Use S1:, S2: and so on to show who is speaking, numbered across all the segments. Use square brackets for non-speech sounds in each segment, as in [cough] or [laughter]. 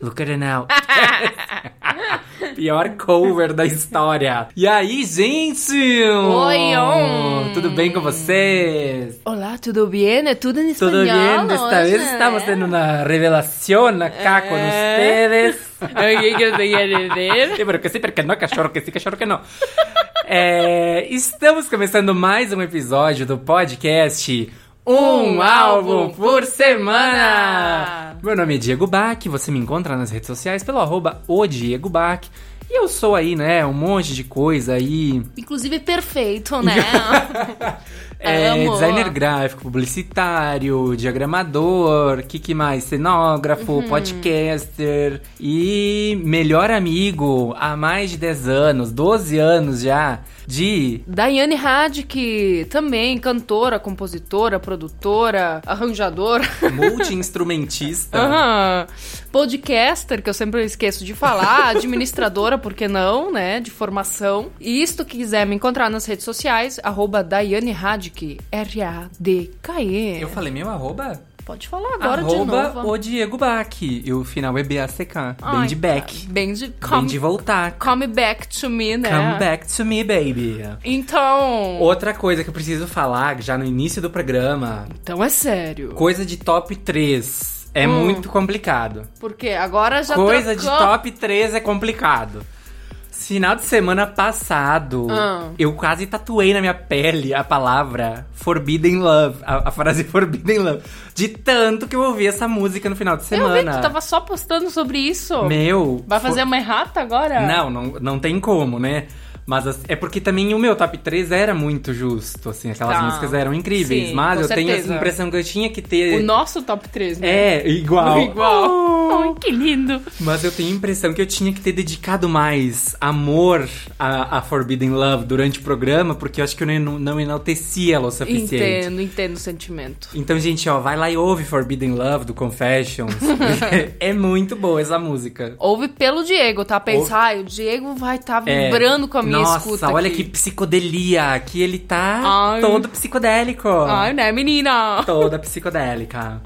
S1: Look at it
S2: [laughs]
S1: now. [laughs] Pior cover da história. E aí, gente?
S2: Oi, on.
S1: Tudo bem com vocês?
S2: Olá, tudo bem? É tudo em é?
S1: espanhol. Tudo bem? Desta vez né? estamos tendo uma revelação acá com vocês.
S2: O que, que É. [laughs] eu tenho a dizer?
S1: Sim, porque sim, porque não, cachorro que sim, cachorro que não. É, estamos começando mais um episódio do podcast um álbum por semana! Meu nome é Diego Bach, você me encontra nas redes sociais pelo arroba o Diego Bach. E eu sou aí, né, um monte de coisa aí.
S2: Inclusive perfeito, né?
S1: [laughs] é, Amor. designer gráfico, publicitário, diagramador, que que mais? Cenógrafo, uhum. podcaster e melhor amigo há mais de 10 anos, 12 anos já, de...
S2: Daiane Radic, também cantora, compositora, produtora, arranjadora.
S1: [laughs] Multi-instrumentista.
S2: uhum. Podcaster, que eu sempre esqueço
S1: [laughs]
S2: de falar, administradora, por que não, né, de formação. E isto que quiser me encontrar nas redes sociais, arroba Daiane Radic, Radic, R-A-D-K-E.
S1: Eu falei meu arroba?
S2: Pode falar agora
S1: arroba
S2: de novo.
S1: o Diego Bach. E o final é B-A-C-K. Ai, bem de back.
S2: Bem de,
S1: come, bem de voltar.
S2: Come back to me, né?
S1: Come back to me, baby.
S2: Então...
S1: Outra coisa que eu preciso falar já no início do programa.
S2: Então é sério.
S1: Coisa de top 3. É hum. muito complicado.
S2: Porque agora já
S1: Coisa
S2: trocou.
S1: de top 3 é complicado. Final de semana passado, ah. eu quase tatuei na minha pele a palavra Forbidden Love, a, a, frase [laughs] Forbidden Love, de tanto que eu ouvi essa música no final de semana.
S2: Eu vi, tu tava só postando sobre isso.
S1: Meu.
S2: Vai fazer for... uma errata agora?
S1: Não, não, não tem como, né? Mas assim, é porque também o meu top 3 era muito justo, assim, aquelas tá. músicas eram incríveis. Sim, mas eu certeza. tenho a impressão que eu tinha que ter.
S2: O nosso top 3, né?
S1: É, igual.
S2: Igual. Oh, oh, que lindo.
S1: Mas eu tenho a impressão que eu tinha que ter dedicado mais amor a, a Forbidden Love durante o programa, porque eu acho que eu não, não enalteci ela o suficiente.
S2: Entendo, entendo o sentimento.
S1: Então, gente, ó, vai lá e ouve Forbidden Love do Confessions.
S2: [laughs]
S1: é muito boa essa música.
S2: Ouve pelo Diego, tá? Pensar, ouve... ah, o Diego vai estar tá vibrando é. com a minha
S1: nossa, olha
S2: aqui.
S1: que psicodelia. Que ele tá Ai. todo psicodélico.
S2: Ai, né, menina?
S1: Toda psicodélica.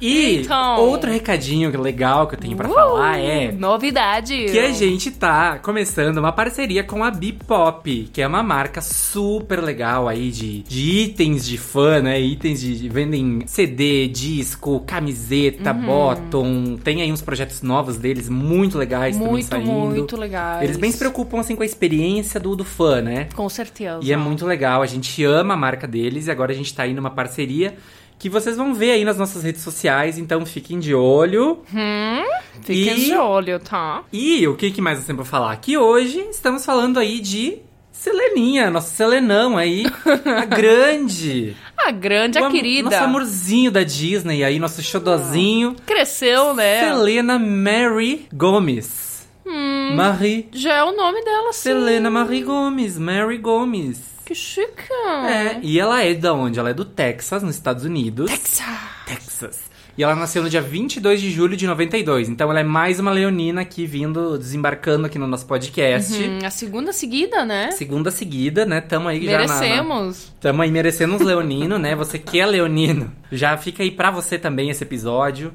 S1: E então... outro recadinho legal que eu tenho para uh, falar é.
S2: Novidade!
S1: Que a gente tá começando uma parceria com a Bipop, que é uma marca super legal aí de, de itens de fã, né? Itens de. vendem CD, disco, camiseta, uhum. bottom. Tem aí uns projetos novos deles muito legais
S2: muito,
S1: também tá saindo.
S2: Muito legais.
S1: Eles bem se preocupam assim com a experiência do, do fã, né?
S2: Com certeza.
S1: E é muito legal. A gente ama a marca deles e agora a gente tá aí numa parceria que vocês vão ver aí nas nossas redes sociais, então fiquem de olho.
S2: Hum, fiquem e... de olho, tá?
S1: E o que, que mais eu sempre vou falar? Que hoje estamos falando aí de Seleninha, nosso Selenão aí,
S2: [laughs]
S1: a grande.
S2: A Ah, grande, a
S1: o,
S2: querida.
S1: Nosso amorzinho da Disney aí, nosso xodozinho.
S2: Ah, cresceu, né?
S1: Selena Mary Gomes.
S2: Hum,
S1: Marie.
S2: Já é o nome dela, sim.
S1: Selena Marie Gomes, Mary Gomes.
S2: Que chique!
S1: É, e ela é da onde? Ela é do Texas, nos Estados Unidos.
S2: Texas!
S1: Texas. E ela nasceu no dia 22 de julho de 92. Então ela é mais uma leonina aqui vindo, desembarcando aqui no nosso podcast.
S2: Hum, a segunda seguida, né?
S1: Segunda seguida, né? Tamo aí já na- na,
S2: Merecemos.
S1: Tamo aí merecendo uns leonino, né? Você que é leonino, já fica aí pra você também esse
S2: [laughs]
S1: episódio.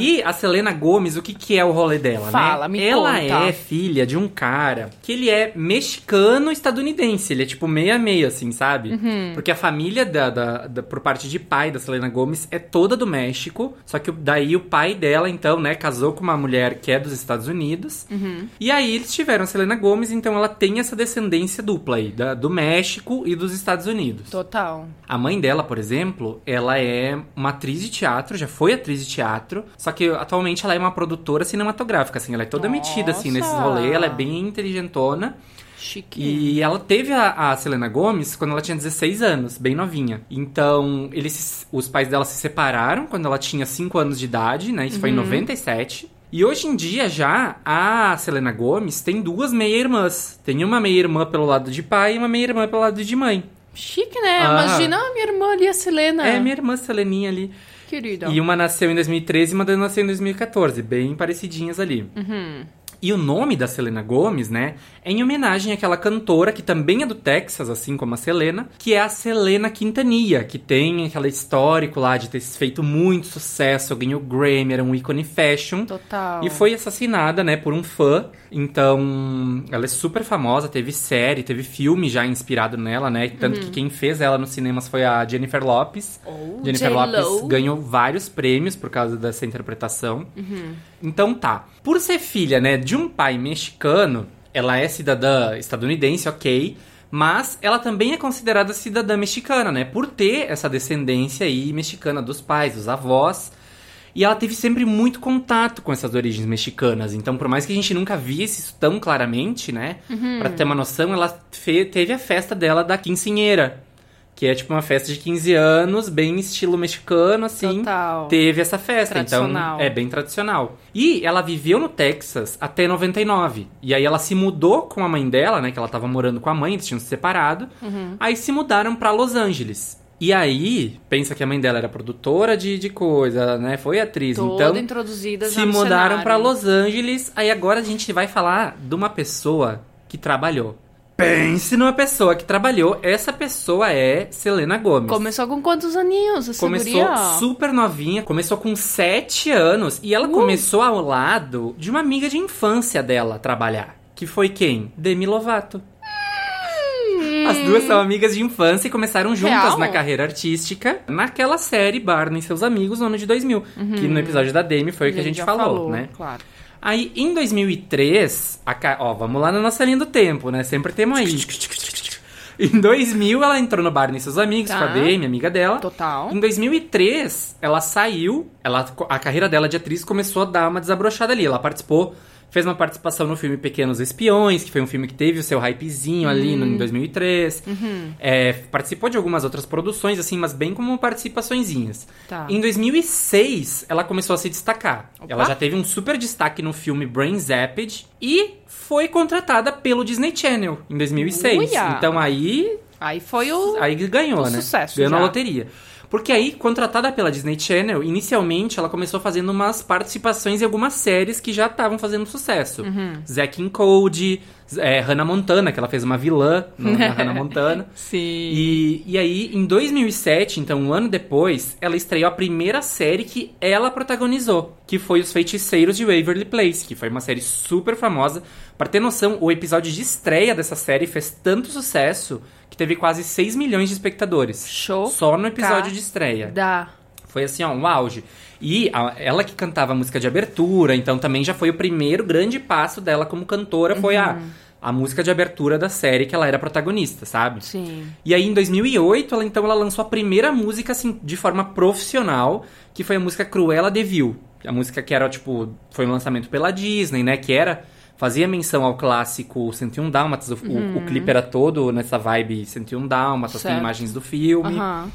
S1: E a Selena Gomes, o que que é o rolê dela,
S2: Fala,
S1: né?
S2: me
S1: Ela
S2: conta.
S1: é filha de um cara que ele é mexicano-estadunidense. Ele é tipo meia meia, assim, sabe? Porque a família da, da- da- por parte de pai da Selena Gomes é toda do México. Só que o- daí o pai dela, então, né, casou com uma mulher que é dos Estados Unidos. E aí eles tiveram a Selena Gomes, então ela tem essa descendência dupla aí, da- do México e dos Estados Unidos.
S2: Total.
S1: A mãe dela, por exemplo, ela é uma atriz de teatro, já foi atriz de teatro, só que atualmente ela é uma produtora cinematográfica, assim, ela é toda metida assim nesses
S2: Nossa!
S1: rolês, ela é bem inteligentona.
S2: Chique.
S1: E ela teve a, a Selena Gomes quando ela tinha 16 anos, bem novinha. Então, eles, se- os pais dela se separaram quando ela tinha 5 anos de idade, né? Isso foi em 97. E hoje em dia já a Selena Gomes tem duas meia-irmãs. Tem uma meia-irmã pelo lado de pai e uma meia-irmã pelo lado de mãe.
S2: Chique, né?
S1: Ah.
S2: Imagina a minha irmã ali, a Selena.
S1: É, minha irmã Seleninha ali.
S2: Querida.
S1: E uma nasceu em 2013 e uma nasceu em 2014, bem parecidinhas ali. E o nome da Selena Gomes, né, é em homenagem àquela cantora que também é do Texas, assim como a Selena, que é a Selena Quintanilla, que tem aquele histórico lá de ter feito muito sucesso, ganhou Grammy, era um ícone fashion.
S2: Total.
S1: E foi assassinada, né, por um fã. Então, ela é super famosa, teve série, teve filme já inspirado nela, né? Tanto que quem fez ela nos cinemas foi a Jennifer Lopes.
S2: Uhum. Oh,
S1: Jennifer
S2: J.Lo.
S1: Lopes ganhou vários prêmios por causa dessa interpretação.
S2: Uhum.
S1: Então tá. Por ser filha, né, de um pai mexicano, ela é cidadã estadunidense, ok. Mas ela também é considerada cidadã mexicana, né? Por ter essa descendência aí mexicana dos pais, dos avós. E ela teve sempre muito contato com essas origens mexicanas. Então, por mais que a gente nunca visse isso tão claramente, né? Pra ter uma noção, ela fe- teve a festa dela da quinceanheira. Que é tipo uma festa de 15 anos, bem estilo mexicano, assim.
S2: Total.
S1: Teve essa festa,
S2: Tradicional.
S1: então é bem tradicional. E ela viveu no Texas até 99. E aí ela se mudou com a mãe dela, né? Que ela tava morando com a mãe, eles tinham se separado.
S2: Uhum.
S1: Aí se mudaram pra Los Angeles. E aí, pensa que a mãe dela era produtora de, de coisa, né? Foi atriz.
S2: Toda
S1: então,
S2: introduzida já
S1: se
S2: no
S1: mudaram
S2: cenário.
S1: pra Los Angeles. Aí agora a gente vai falar de uma pessoa que trabalhou. Pense numa pessoa que trabalhou. Essa pessoa é Selena Gomes.
S2: Começou com quantos aninhos? Essa
S1: Começou
S2: guria?
S1: super novinha, começou com 7 anos e
S2: Uh!
S1: ela começou ao lado de uma amiga de infância dela trabalhar. Que foi quem? Demi Lovato. As duas são amigas de infância e começaram juntas
S2: Hum. Real?
S1: na carreira artística naquela série Barney e seus amigos no ano de 2000, que no episódio da Demi foi o que a gente
S2: Uhum. já
S1: falou, né?
S2: Claro.
S1: Aí em 2003, a Ca- ó, vamos lá na nossa linha do tempo, né? Sempre temos aí. Em 2000 ela entrou no Barney e seus amigos
S2: Tá.
S1: com a Demi, amiga dela.
S2: Total.
S1: Em 2003, ela saiu, ela, a carreira dela de atriz começou a dar uma desabrochada ali. Ela participou, fez uma participação no filme Pequenos Espiões, que foi um filme que teve o seu hypezinho ali
S2: Uhum.
S1: no, em 2003. É, participou de algumas outras produções, assim, mas bem como participaçõezinhas.
S2: Tá.
S1: Em 2006, ela começou a se destacar.
S2: Opa.
S1: Ela já teve um super destaque no filme Brain Zapped e foi contratada pelo Disney Channel em 2006.
S2: Uia.
S1: Então aí
S2: Aí foi o.
S1: aí ganhou,
S2: um
S1: né?
S2: sucesso
S1: ganhou
S2: já.
S1: na loteria. Porque aí, contratada pela Disney Channel, inicialmente ela começou fazendo umas participações em algumas séries que já estavam fazendo sucesso.
S2: Uhum.
S1: Zack and Cody, é, Hannah Montana, que ela fez uma vilã no- na
S2: [laughs]
S1: Hannah Montana.
S2: Sim.
S1: E, e aí, em 2007, então um ano depois, ela estreou a primeira série que ela protagonizou, que foi Os Feiticeiros de Waverly Place, que foi uma série super famosa. Pra ter noção, o episódio de estreia dessa série fez tanto sucesso que teve quase 6 milhões de espectadores.
S2: Show.
S1: Só no episódio de estreia.
S2: Dá.
S1: Foi assim, ó, um auge. E a- ela que cantava a música de abertura, então também já foi o primeiro grande passo dela como cantora, foi a, a música de abertura da série que ela era protagonista, sabe?
S2: Sim.
S1: E aí, em 2008, ela então ela lançou a primeira música assim de forma profissional, que foi a música Cruella de Vil. A música que era tipo foi um lançamento pela Disney, né? Que era fazia menção ao clássico 101 Dálmatas. O, o- o clipe era todo nessa vibe 101 Dálmatas, tem
S2: Uhum. Certo.
S1: imagens do filme.
S2: Aham.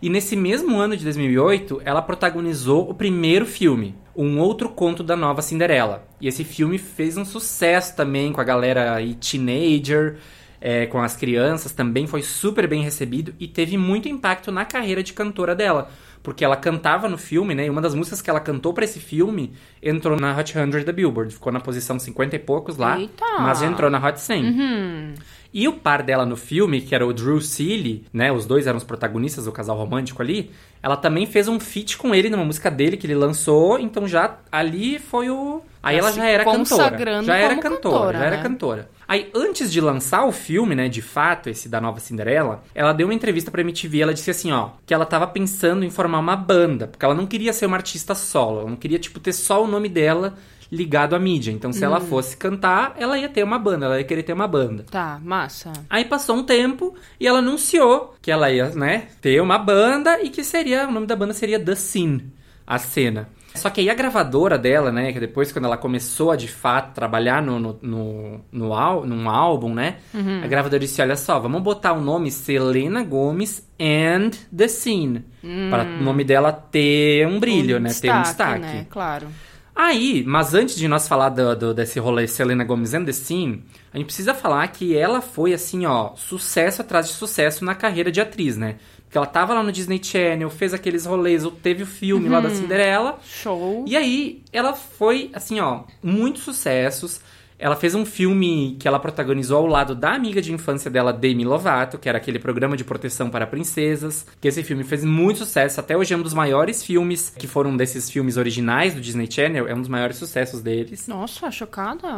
S1: E nesse mesmo ano de 2008, ela protagonizou o primeiro filme, Um Outro Conto da Nova Cinderela. E esse filme fez um sucesso também com a galera aí, teenager. é, com as crianças, também foi super bem recebido e teve muito impacto na carreira de cantora dela. Porque ela cantava no filme, né? E uma das músicas que ela cantou pra esse filme entrou na Hot 100 da Billboard. Ficou na posição 50 e poucos lá,
S2: Eita!
S1: mas entrou na Hot 100. E o par dela no filme, que era o Drew Seeley, né? Os dois eram os protagonistas do casal romântico ali. Ela também fez um feat com ele numa música dele que ele lançou. Então já ali foi o. Aí
S2: Tá
S1: ela
S2: se
S1: já era cantora.
S2: consagrando
S1: Já era
S2: como
S1: cantora,
S2: cantora,
S1: já era
S2: né?
S1: cantora. Aí antes de lançar o filme, né, de fato, esse da Nova Cinderela, ela deu uma entrevista pra MTV, ela disse assim, ó, que ela tava pensando em formar uma banda, porque ela não queria ser uma artista solo, ela não queria tipo ter só o nome dela ligado à mídia. Então se ela
S2: Hum.
S1: fosse cantar, ela ia ter uma banda, ela ia querer ter uma banda.
S2: Tá, massa.
S1: Aí passou um tempo e ela anunciou que ela ia, né, ter uma banda e que seria, o nome da banda seria The Scene, a cena. Só que aí a gravadora dela, né, que depois quando ela começou a de fato trabalhar no, no, no, no ál- num álbum, né, a gravadora disse, olha só, vamos botar o nome Selena Gomes and The Scene, para o nome dela ter Hum. um brilho, né, ter um destaque.
S2: né? Claro.
S1: Aí, mas antes de nós falar do, do- desse rolê Selena Gomez and the Scene, a gente precisa falar que ela foi, assim, ó, sucesso atrás de sucesso na carreira de atriz, né? Porque ela tava lá no Disney Channel, fez aqueles rolês, teve o filme lá da Cinderela.
S2: Show.
S1: E aí, ela foi, assim, ó, muitos sucessos. Ela fez um filme que ela protagonizou ao lado da amiga de infância dela, Demi Lovato, que era aquele programa de proteção para princesas. Que esse filme fez muito sucesso, até hoje é um dos maiores filmes, que foram desses filmes originais do Disney Channel, é um dos maiores sucessos deles.
S2: Nossa, chocada.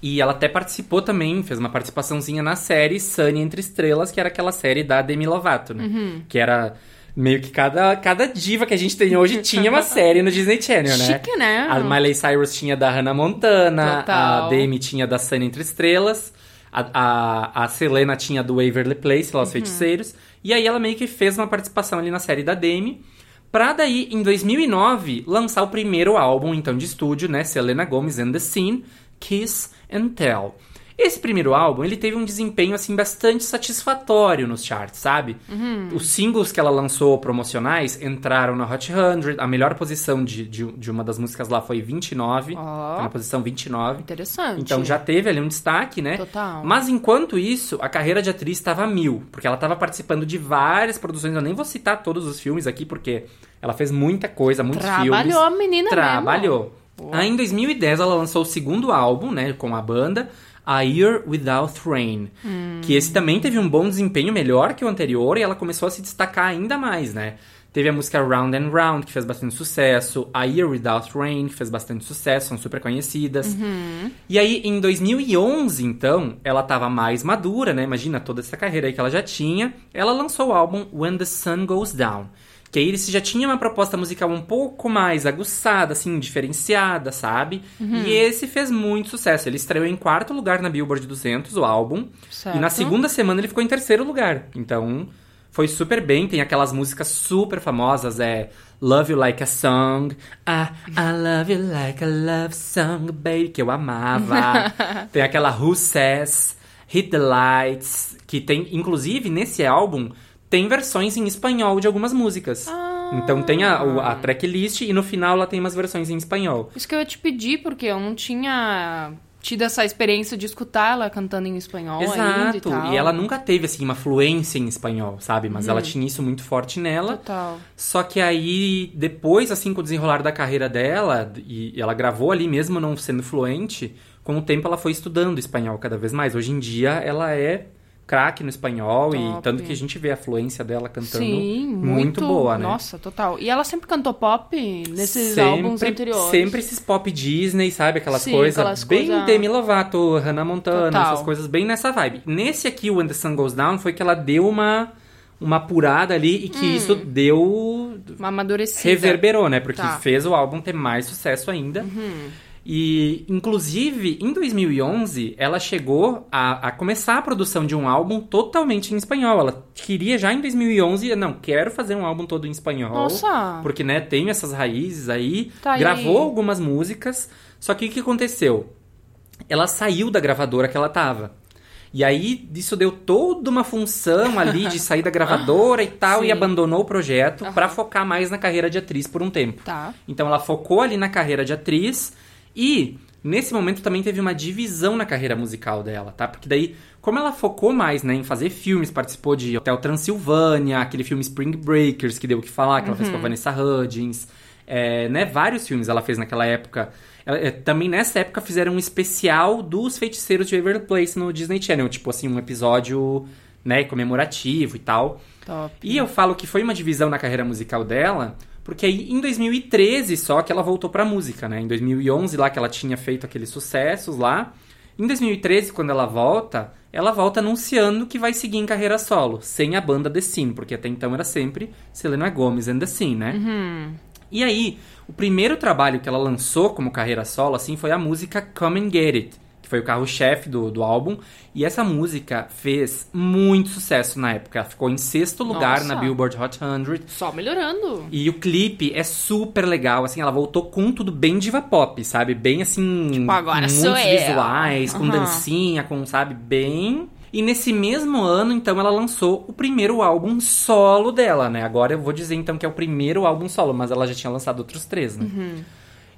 S1: E ela até participou também, fez uma participaçãozinha na série Sunny Entre Estrelas, que era aquela série da Demi Lovato, né?
S2: Uhum.
S1: Que era meio que cada, cada diva que a gente tem hoje tinha
S2: [laughs]
S1: uma série no Disney Channel, né?
S2: Chique, né?
S1: A Miley Cyrus tinha da Hannah Montana,
S2: Total.
S1: a Demi tinha da Sunny Entre Estrelas, a, a, a Selena tinha do Waverly Place, lá os feiticeiros. E aí ela meio que fez uma participação ali na série da Demi. Pra daí, em 2009, lançar o primeiro álbum, então, de estúdio, né? Selena Gomez and the Scene, Kiss and Tell. Esse primeiro álbum, ele teve um desempenho, assim, bastante satisfatório nos charts, sabe? Os singles que ela lançou promocionais entraram na Hot 100. A melhor posição de, de, de uma das músicas lá foi 29.
S2: Ó.
S1: Tá na posição 29.
S2: Interessante.
S1: Então já teve ali um destaque, né?
S2: Total.
S1: Mas enquanto isso, a carreira de atriz estava mil, porque ela estava participando de várias produções. Eu nem vou citar todos os filmes aqui, porque ela fez muita coisa, muitos filmes.
S2: Trabalhou a menina
S1: Trabalhou.
S2: Boa.
S1: Aí em 2010 ela lançou o segundo álbum, né, com a banda, A Year Without Rain,
S2: Hum.
S1: que esse também teve um bom desempenho, melhor que o anterior, e ela começou a se destacar ainda mais, né? Teve a música Round and Round, que fez bastante sucesso, A Year Without Rain, que fez bastante sucesso, são super
S2: Uhum.
S1: conhecidas. E aí, em 2011, então, ela tava mais madura, né? Imagina toda essa carreira aí que ela já tinha. Ela lançou o álbum When the Sun Goes Down. Que aí eles já tinha uma proposta musical um pouco mais aguçada, assim, diferenciada, sabe? E esse fez muito sucesso. Ele estreou em quarto lugar na Billboard 200, o álbum. E na
S2: Certo.
S1: segunda semana ele ficou em terceiro lugar. Então, foi super bem. Tem aquelas músicas super famosas, é... Love You Like a Song, I, I Love You Like a Love Song, baby, que eu
S2: [laughs]
S1: amava. tem aquela Who Says, Hit the Lights, que tem, inclusive, nesse álbum, tem versões em espanhol de algumas músicas.
S2: Ah.
S1: Então tem a, o- a tracklist e no final ela tem umas versões em espanhol.
S2: Isso que eu ia te pedir, porque eu não tinha tido essa experiência de escutar ela cantando em espanhol ainda e
S1: Exato.
S2: tal. Uhum.
S1: E, ela nunca teve assim uma fluência em espanhol, sabe? Mas ela tinha isso muito forte nela.
S2: Total.
S1: Só que aí, depois, assim, com o desenrolar da carreira dela, e ela gravou ali mesmo não sendo fluente, com o tempo ela foi estudando espanhol cada vez mais. Hoje em dia ela é craque no espanhol e
S2: Top.
S1: tanto que a gente vê a fluência dela cantando
S2: Sim,
S1: muito,
S2: muito,
S1: boa, né?
S2: Nossa, total. E ela sempre cantou pop nesses
S1: Sempre-
S2: álbuns anteriores.
S1: Sempre esses pop Disney, sabe? Aquelas
S2: Sim,
S1: coisas
S2: aquelas
S1: bem
S2: coisa-
S1: Demi Lovato, Hannah Montana,
S2: Total.
S1: essas coisas bem nessa vibe. Nesse aqui, o When the Sun Goes Down, foi que ela deu uma, uma apurada ali e que
S2: Hum.
S1: isso deu...
S2: Uma amadurecida.
S1: Reverberou, né? Porque
S2: Tá. Uhum.
S1: fez o álbum ter mais sucesso ainda. E, inclusive, em 2011, ela chegou a, a começar a produção de um álbum totalmente em espanhol. Ela queria já em 2011, não, quero fazer um álbum todo em espanhol.
S2: Nossa!
S1: Porque, né, tem essas raízes aí.
S2: Tá aí.
S1: gravou algumas músicas, só que o que aconteceu? Ela saiu da gravadora que ela tava. E aí, isso deu toda uma função ali de
S2: [laughs]
S1: sair da gravadora e tal, e
S2: Sim.
S1: abandonou o projeto pra focar mais na carreira de atriz por um tempo.
S2: Tá.
S1: Então ela focou ali na carreira de atriz E nesse momento também teve uma divisão na carreira musical dela, tá? Porque daí, como ela focou mais né, em fazer filmes, participou de Hotel Transilvânia, aquele filme Spring Breakers que deu o que falar, que ela fez com a Vanessa Hudgens, é, né? Vários filmes ela fez naquela época. Ela- é, também nessa época fizeram um especial dos feiticeiros de Waverly Place no Disney Channel, tipo assim, um episódio né, comemorativo e tal.
S2: Top.
S1: E eu falo que foi uma divisão na carreira musical dela, porque aí em 2013 só que ela voltou pra música, né? Em 2011 lá que ela tinha feito aqueles sucessos lá. Em 2013, quando ela volta, ela volta anunciando que vai seguir em carreira solo, sem a banda The Scene, porque até então era sempre Selena Gomez and The Scene, né? E aí, o primeiro trabalho que ela lançou como carreira solo, assim, foi a música Come and Get It, que foi o carro-chefe do, do álbum. E essa música fez muito sucesso na época. Ela ficou em sexto lugar
S2: Nossa.
S1: na Billboard Hot 100.
S2: Só melhorando.
S1: E o clipe é super legal, assim, ela voltou com tudo bem diva pop, sabe? Bem assim,
S2: Tipo, agora
S1: com
S2: sou
S1: muitos
S2: eu.
S1: visuais, com
S2: Aham.
S1: dancinha, com, sabe, bem. E nesse mesmo ano, então, ela lançou o primeiro álbum solo dela, né? Agora eu vou dizer então que é o primeiro álbum solo, mas ela já tinha lançado outros três, né?
S2: Uhum.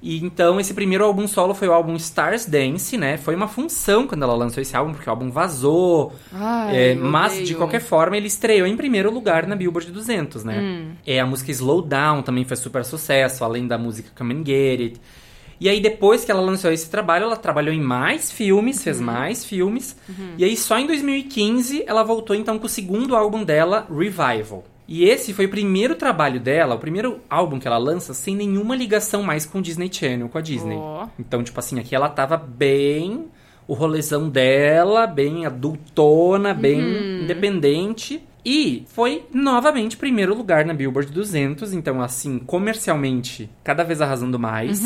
S1: E então esse primeiro álbum solo foi o álbum Stars Dance, né? Foi uma função quando ela lançou esse álbum, porque o álbum vazou.
S2: Ai,
S1: É,
S2: eu
S1: mas
S2: odeio.
S1: de qualquer forma ele estreou em primeiro lugar na Billboard 200, né?
S2: Hum.
S1: É, a música Slow Down também foi super sucesso, além da música Come and Get It. E aí depois que ela lançou esse trabalho, ela trabalhou em mais filmes, fez
S2: Uhum.
S1: mais filmes. E aí só em 2015 ela voltou então com o segundo álbum dela, Revival. E esse foi o primeiro trabalho dela, o primeiro álbum que ela lança sem nenhuma ligação mais com o Disney Channel, com a Disney.
S2: Ó.
S1: Então, tipo assim, aqui ela tava bem o rolezão dela, bem adultona, bem independente. E foi novamente primeiro lugar na Billboard 200, então assim, comercialmente, cada vez arrasando mais.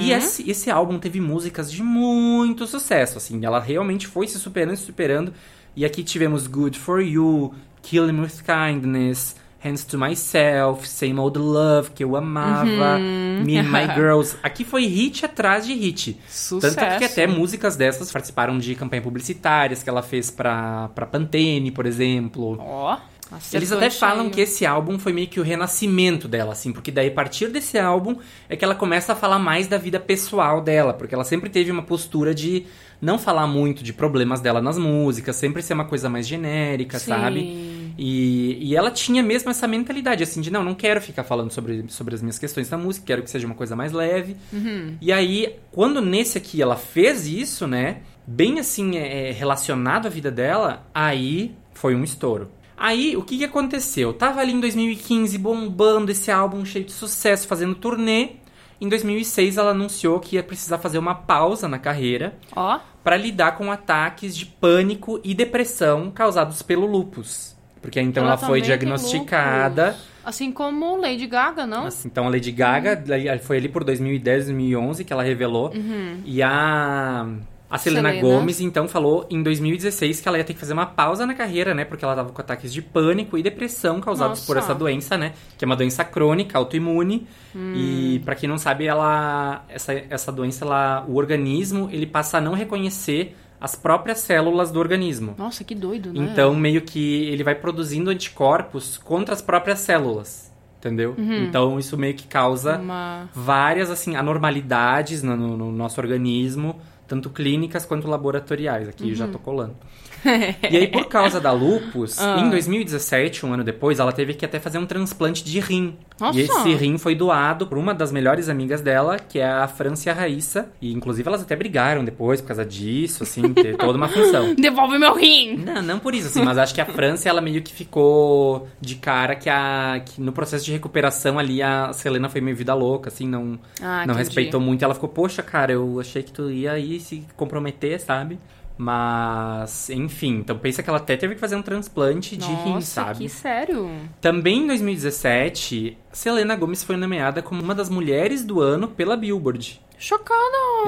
S1: E esse, esse álbum teve músicas de muito sucesso, assim, ela realmente foi se superando, se superando. E aqui tivemos Good For You, Kill Him With Kindness, Hands To Myself, Same Old Love, que eu amava, Me and My Girls. Aqui foi hit atrás de hit.
S2: Sucesso.
S1: Tanto que até músicas dessas participaram de campanhas publicitárias que ela fez pra, pra Pantene, por exemplo.
S2: Ó.
S1: Eles
S2: acertou
S1: até
S2: em
S1: falam
S2: cheio.
S1: que esse álbum foi meio que o renascimento dela, assim, porque daí a partir desse álbum é que ela começa a falar mais da vida pessoal dela, porque ela sempre teve uma postura de não falar muito de problemas dela nas músicas, sempre ser uma coisa mais genérica,
S2: Sim.
S1: sabe? E, e ela tinha mesmo essa mentalidade, assim, de não, não quero ficar falando sobre, sobre as minhas questões da música, quero que seja uma coisa mais leve. E aí, quando nesse aqui ela fez isso, né? Bem assim, é, é, relacionado à vida dela, aí foi um estouro. Aí, o que, que aconteceu? Tava ali em 2015 bombando esse álbum cheio de sucesso, fazendo turnê. Em 2006, ela anunciou que ia precisar fazer uma pausa na carreira
S2: Ó.
S1: para lidar com ataques de pânico e depressão causados pelo lupus. Porque então ela, foi
S2: também tem
S1: diagnosticada.
S2: lucros. Assim como Lady Gaga, não? Uhum.
S1: Assim, Então a Lady Gaga ali- foi ali por 2010, 2011 que ela revelou. E a, a Selena,
S2: Uhum. Selena.
S1: Gomes então falou em 2016 que ela ia ter que fazer uma pausa na carreira, né? Porque ela tava com ataques de pânico e depressão causados por
S2: Nossa.
S1: essa doença, né? Que é uma doença crônica, autoimune. E
S2: Hum.
S1: pra quem não sabe, ela essa, essa doença, ela, o organismo, ele passa a não reconhecer as próprias células do organismo.
S2: Nossa, que doido, né?
S1: Então, meio que ele vai produzindo anticorpos contra as próprias células, entendeu? Então, isso meio que causa
S2: Uhum. Uma... [laughs]
S1: várias, assim, anormalidades no, no- no nosso organismo, tanto clínicas quanto laboratoriais. Aqui
S2: Uhum.
S1: eu já tô
S2: [laughs]
S1: colando. e aí, por causa da lupus,
S2: Ah.
S1: em 2017, um ano depois, ela teve que até fazer um transplante de rim.
S2: Nossa!
S1: E esse rim foi doado por uma das melhores amigas dela, que é a Francia Raíssa. E, inclusive, elas até brigaram depois por causa disso, assim, ter toda uma função.
S2: Devolve meu rim!
S1: Não, não por isso, assim, mas acho que a França, ela meio que ficou de cara que, a, que no processo de recuperação ali a Selena foi meio vida louca, assim, não,
S2: Ah,
S1: não
S2: entendi.
S1: respeitou muito. Ela ficou, poxa, cara, eu achei que tu ia aí se comprometer, sabe? Mas, enfim, então pensa que ela até teve que fazer um transplante de
S2: Nossa,
S1: rim, sabe?
S2: que sério.
S1: Também em 2017, Selena Gomes foi nomeada como uma das mulheres do ano pela Billboard.
S2: Chocada.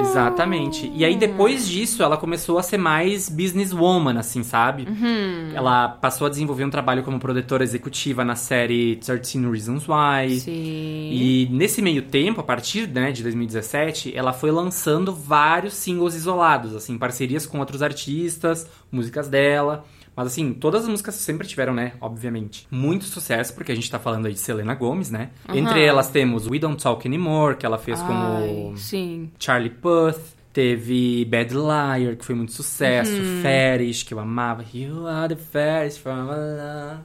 S1: Exatamente. E aí,
S2: Hum.
S1: depois disso, ela começou a ser mais businesswoman, assim, sabe?
S2: Uhum.
S1: Ela passou a desenvolver um trabalho como produtora executiva na série 13 Reasons Why.
S2: Sim.
S1: E nesse meio tempo, a partir né, de 2017, ela foi lançando vários singles isolados, assim, parcerias com outros artistas, músicas dela. Mas assim, todas as músicas sempre tiveram, né? Obviamente. Muito sucesso, porque a gente tá falando aí de Selena Gomes, né? Entre elas temos We Don't Talk Anymore, que ela fez como
S2: Ai, sim.
S1: Charlie Puth. Teve Bad Liar, que foi muito sucesso.
S2: Uhum.
S1: Fetish, que eu amava. You are the fetish from a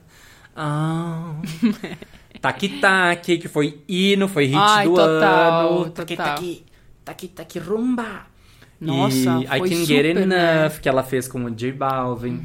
S2: [laughs]
S1: love. Oh. Taki Taki, que foi hino, foi hit
S2: Ai,
S1: do
S2: total,
S1: ano. Taki
S2: total.
S1: Taki, Taki Taki Rumba.
S2: Nossa,
S1: e
S2: foi
S1: I Can Get
S2: super,
S1: Enough,
S2: né? Uhum.
S1: que ela fez com o J Balvin.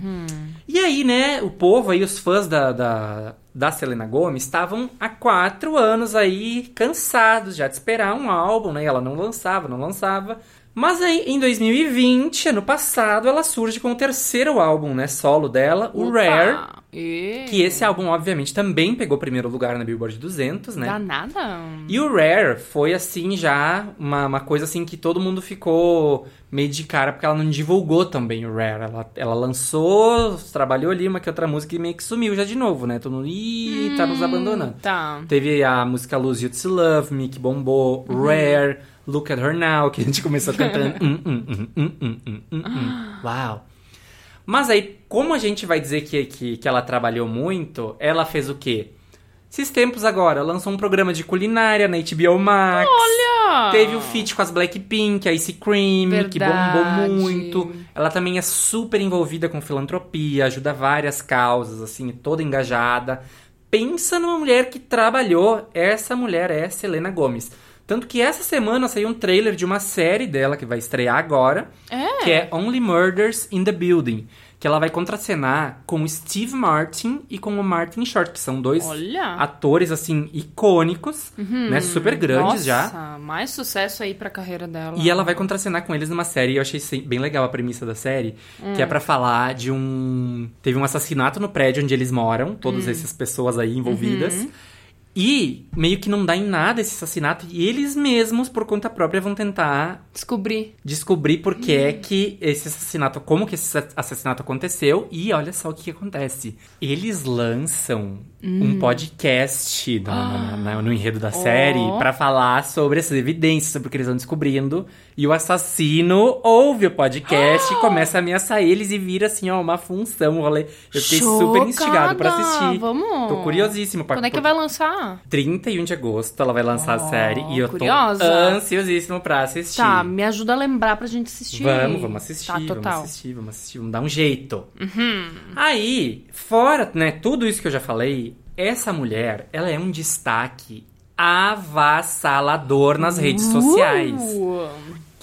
S1: E aí, né, o povo aí, os fãs da, da, da Selena Gomez estavam há quatro anos aí cansados já de esperar um álbum, né? E ela não lançava, não lançava. Mas aí, em 2020, ano passado, ela surge com o terceiro álbum, né, solo dela, o
S2: Opa!
S1: Rare.
S2: E...
S1: Que esse álbum, obviamente, também pegou primeiro lugar na Billboard 200, né?
S2: Danada.
S1: E o Rare foi assim já uma, uma coisa assim que todo mundo ficou meio de cara porque ela não divulgou também o Rare. Ela, ela lançou, trabalhou ali uma que outra música e meio que sumiu já de novo, né? Todo mundo, ih, tá nos abandonando.
S2: Tá.
S1: Teve a música Lose You to Love Me, que bombou, Rare, Look at Her Now, que a gente começou cantando. hum, hum, hum, hum, hum, hum, hum, hum. Uau! Mas aí, como a gente vai dizer que, que, que ela trabalhou muito, ela fez o quê? Esses tempos agora, lançou um programa de culinária na HBO Max.
S2: Olha!
S1: Teve o feat com as Blackpink, a Ice Cream, que bombou
S2: Verdade.
S1: muito. Ela também é super envolvida com filantropia, ajuda várias causas, assim, toda engajada. Pensa numa mulher que trabalhou, essa mulher é Selena Gomes. Tanto que essa semana saiu um trailer de uma série dela que vai estrear agora,
S2: É.
S1: que é Only Murders in the Building, que ela vai contracenar com o Steve Martin e com o Martin Short, que são dois
S2: Olha. Uhum.
S1: atores assim icônicos, né, super grandes
S2: Nossa,
S1: já.
S2: mais sucesso aí pra carreira dela.
S1: E ela vai contracenar com eles numa série, e eu achei sim- bem legal a premissa da série, que é pra falar de um. Teve um assassinato no prédio onde eles moram, todas essas pessoas aí envolvidas. E meio que não dá em nada esse assassinato, e eles mesmos, por conta própria, vão tentar
S2: Descobri.
S1: descobrir por que
S2: Uhum.
S1: é que esse assassinato, como que esse assassinato aconteceu e olha só o que, que acontece. Eles lançam
S2: Hum.
S1: um podcast no, no- no- no enredo da série pra falar sobre essas evidências, sobre o que eles vão descobrindo e o assassino ouve o podcast
S2: Ah!
S1: e começa a ameaçar eles e vira assim, ó, uma função, um rolê. Eu fiquei super
S2: Chocada!
S1: instigado pra assistir.
S2: Vamos!
S1: Tô curiosíssimo pra
S2: Quando é que
S1: por-
S2: vai lançar?
S1: 31 de agosto ela vai lançar a série e eu
S2: curiosa.
S1: tô ansiosíssimo pra assistir.
S2: Tá, me ajuda a lembrar pra gente assistir.
S1: Vamos, vamos assistir,
S2: Tá, total. Uhum.
S1: vamos assistir, vamos assistir, vamos dar um jeito. Aí, fora, né, tudo isso que eu já falei, essa mulher, ela é um destaque avassalador nas redes sociais.
S2: Uh,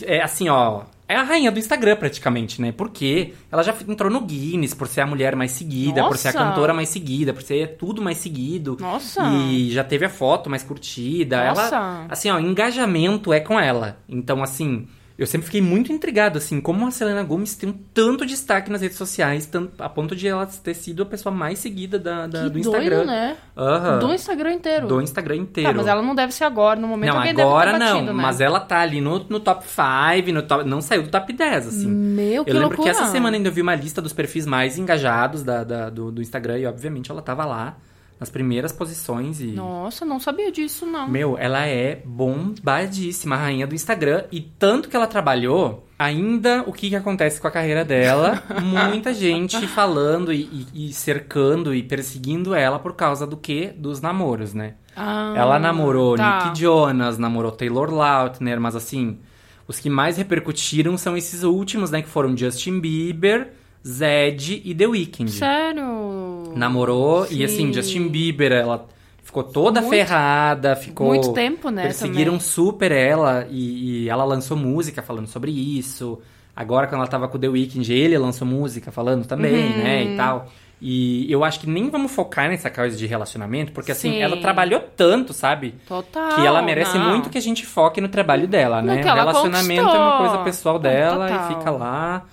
S1: É assim, ó, é a rainha do Instagram praticamente, né? Porque ela já entrou no Guinness por ser a mulher mais seguida, por ser a
S2: Nossa!
S1: cantora mais seguida, por ser tudo mais seguido.
S2: Nossa!
S1: E já teve a foto mais curtida. Ela,
S2: Nossa!
S1: assim, ó, engajamento é com ela. Então, assim, eu sempre fiquei muito intrigado, assim, como a Selena Gomes tem um tanto destaque nas redes sociais, tan- a ponto de ela ter sido a pessoa mais seguida da, da-
S2: que
S1: do
S2: doido,
S1: Instagram.
S2: né?
S1: Aham.
S2: Do Instagram inteiro.
S1: Do Instagram inteiro.
S2: Tá, mas ela não deve ser agora, no momento
S1: Não,
S2: alguém
S1: agora
S2: deve ter
S1: não,
S2: batido, né?
S1: mas ela tá ali no, no top 5, no top, não saiu do top 10, assim.
S2: Meu,
S1: eu
S2: Hum, que
S1: lembro que
S2: loucura.
S1: essa semana ainda eu vi uma lista dos perfis mais engajados da- da- do, do Instagram e, obviamente, ela tava lá nas primeiras posições e...
S2: Nossa, não sabia disso, não.
S1: Meu, ela é bombadíssima, a rainha do Instagram. E tanto que ela trabalhou, ainda o que, que acontece com a carreira dela?
S2: [laughs]
S1: Muita gente falando e, e- e cercando e perseguindo ela por causa do quê? Dos namoros, né?
S2: Ah,
S1: ela namorou
S2: tá.
S1: Nick Jonas, namorou Taylor Lautner, mas assim, os que mais repercutiram são esses últimos, né? Que foram Justin Bieber, Zed e The Weeknd.
S2: Sério?
S1: Namorou
S2: Sim.
S1: e assim, Justin Bieber, ela ficou toda
S2: Muito-
S1: ferrada, ficou.
S2: muito tempo, né,
S1: Perseguiram
S2: também.
S1: super ela e, e ela lançou música falando sobre isso. Agora, quando ela tava com o The Weeknd, ele lançou música falando também,
S2: Uhum.
S1: né? E tal. E eu acho que nem vamos focar nessa causa de relacionamento, porque assim,
S2: Sim.
S1: ela trabalhou tanto, sabe?
S2: Total.
S1: que ela merece
S2: não.
S1: muito que a gente foque no trabalho dela,
S2: No
S1: né?
S2: que ela
S1: Relacionamento é uma coisa
S2: conquistou.
S1: pessoal
S2: Não,
S1: dela e
S2: total.
S1: fica lá.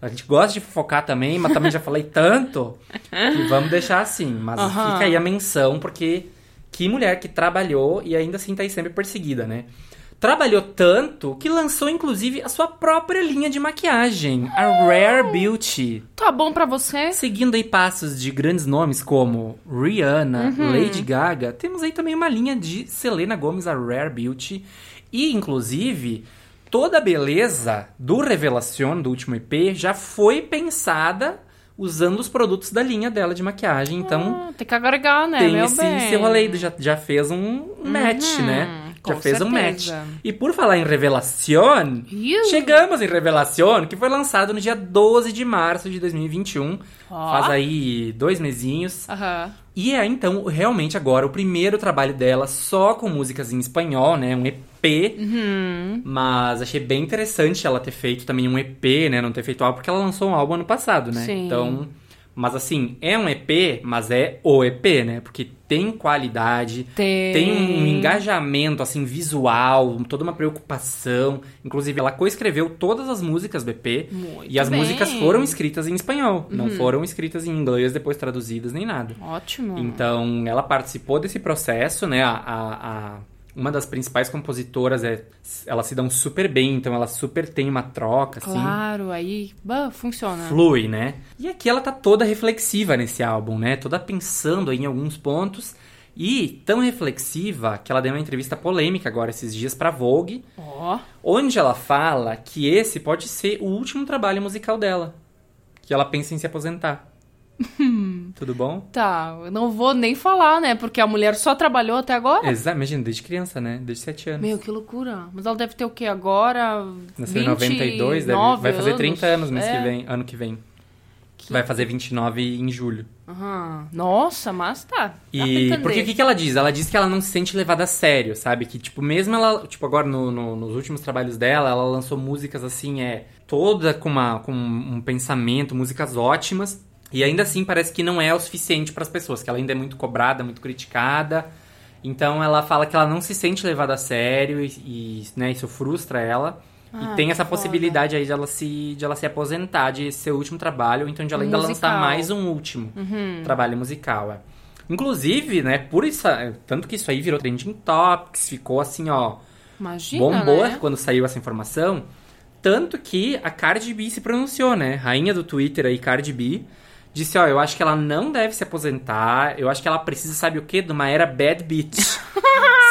S1: A gente gosta de focar também, mas também já falei tanto que vamos deixar assim. Mas
S2: Aham.
S1: fica aí a menção, porque que mulher que trabalhou e ainda assim tá aí sempre perseguida, né? Trabalhou tanto que lançou, inclusive, a sua própria linha de maquiagem, a Rare Beauty.
S2: Tá bom pra você?
S1: Seguindo aí passos de grandes nomes como Rihanna, Lady Gaga, temos aí também uma linha de Selena Gomez, a Rare Beauty. E, inclusive, toda a beleza do Revelación, do último EP, já foi pensada usando os produtos da linha dela de maquiagem. Então,
S2: Ah, Tem que agregar, né,
S1: tem
S2: meu
S1: esse,
S2: bem? Uhum,
S1: esse rolê, aí, já, já fez um match, né? Já
S2: com
S1: fez um match.
S2: certeza.
S1: E por falar em Revelación,
S2: Iu.
S1: chegamos em Revelación, que foi lançado no dia 12 de março de 2021.
S2: Ó.
S1: Faz aí dois mesinhos.
S2: Aham.
S1: E é então, realmente agora, o primeiro trabalho dela só com músicas em espanhol, né? Um EP.
S2: Uhum.
S1: Mas achei bem interessante ela ter feito também um EP, né? Não ter feito álbum, porque ela lançou um álbum ano passado, né?
S2: Sim.
S1: Então. Mas assim, é um EP, mas é o EP, né? Porque tem qualidade,
S2: Tem.
S1: tem um engajamento, assim, visual, toda uma preocupação. Inclusive, ela coescreveu todas as músicas do EP.
S2: Muito
S1: e as
S2: bem. Uhum.
S1: músicas foram escritas em espanhol, não foram escritas em inglês, depois traduzidas nem nada.
S2: Ótimo.
S1: Então, ela participou desse processo, né? A, a- a- uma das principais compositoras é. Elas se dão super bem, então ela super tem uma troca, assim.
S2: Claro, aí bah, funciona.
S1: Flui, né? E aqui ela tá toda reflexiva nesse álbum, né? Toda pensando aí em alguns pontos. E tão reflexiva que ela deu uma entrevista polêmica agora esses dias pra Vogue,
S2: Ó,
S1: onde ela fala que esse pode ser o último trabalho musical dela. Que ela pensa em se aposentar. Tudo bom?
S2: tá. Eu não vou nem falar, né? Porque a mulher só trabalhou até agora.
S1: Exato, imagina, desde criança, né? Desde 7 anos.
S2: Meu, que loucura. Mas ela deve ter o quê agora?
S1: Nasceu em 92, deve,
S2: 29
S1: vai fazer 30 anos mês
S2: é.
S1: que vem, ano que vem. Vai fazer 29 em julho.
S2: Aham. Nossa, mas tá. Dá pra
S1: E
S2: entender.
S1: porque o que, que ela diz? Ela diz que ela não se sente levada a sério, sabe? Que, tipo, mesmo ela, tipo, agora no- no- nos últimos trabalhos dela, ela lançou músicas assim, é, toda com, uma, com um pensamento, músicas ótimas. E ainda assim parece que não é o suficiente para as pessoas, que ela ainda é muito cobrada, muito criticada. Então ela fala que ela não se sente levada a sério e, e, né, isso frustra ela.
S2: Ah,
S1: e tem
S2: que
S1: essa
S2: foda.
S1: possibilidade aí de ela se, de ela se aposentar, de ser o último trabalho, ou então de ela ainda lançar
S2: Musical. Uhum.
S1: mais um último trabalho musical. é. Inclusive, né, por isso. Tanto que isso aí virou trending topics, ficou assim, ó.
S2: Imagina,
S1: Bombou é?
S2: né?
S1: quando saiu essa informação. Tanto que a Cardi B se pronunciou, né? Rainha do Twitter aí, Cardi B. Disse, ó, eu acho que ela não deve se aposentar. Eu acho que ela precisa, sabe o quê? De uma era bad
S2: [laughs]
S1: bitch.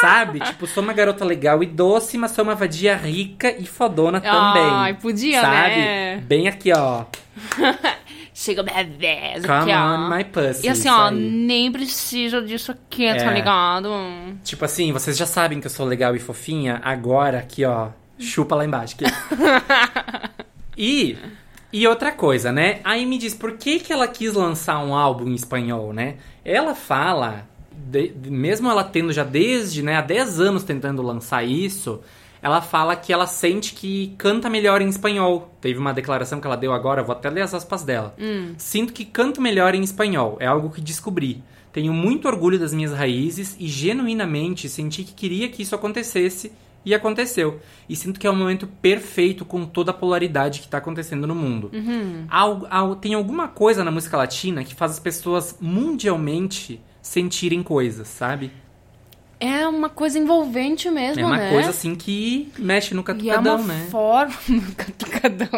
S1: sabe? Tipo, sou uma garota legal e doce, mas sou uma vadia rica e fodona também.
S2: Ai, podia,
S1: sabe?
S2: né?
S1: Bem aqui, ó.
S2: Chega bebê.
S1: Come
S2: aqui, é, ó.
S1: on, my pussy.
S2: E assim,
S1: isso
S2: ó,
S1: aí.
S2: nem precisa disso aqui, tá
S1: É.
S2: ligado?
S1: Tipo assim, vocês já sabem que eu sou legal e fofinha, agora aqui, ó, chupa lá embaixo. que- e, e outra coisa, né? Aí me diz, por que, que ela quis lançar um álbum em espanhol, né? Ela fala, de- de- mesmo ela tendo já desde, né, há 10 anos tentando lançar isso, ela fala que ela sente que canta melhor em espanhol. Teve uma declaração que ela deu agora, vou até ler as aspas dela. Sinto que canto melhor em espanhol, é algo que descobri. Tenho muito orgulho das minhas raízes e genuinamente senti que queria que isso acontecesse e aconteceu. E sinto que é o momento perfeito com toda a polaridade que tá acontecendo no mundo.
S2: Uhum.
S1: Al- al- tem alguma coisa na música latina que faz as pessoas mundialmente sentirem coisas, sabe?
S2: É uma coisa envolvente mesmo,
S1: é uma
S2: né?
S1: coisa assim que mexe no
S2: E é
S1: catucadão,
S2: uma
S1: né?
S2: forma. [laughs] Catucadão.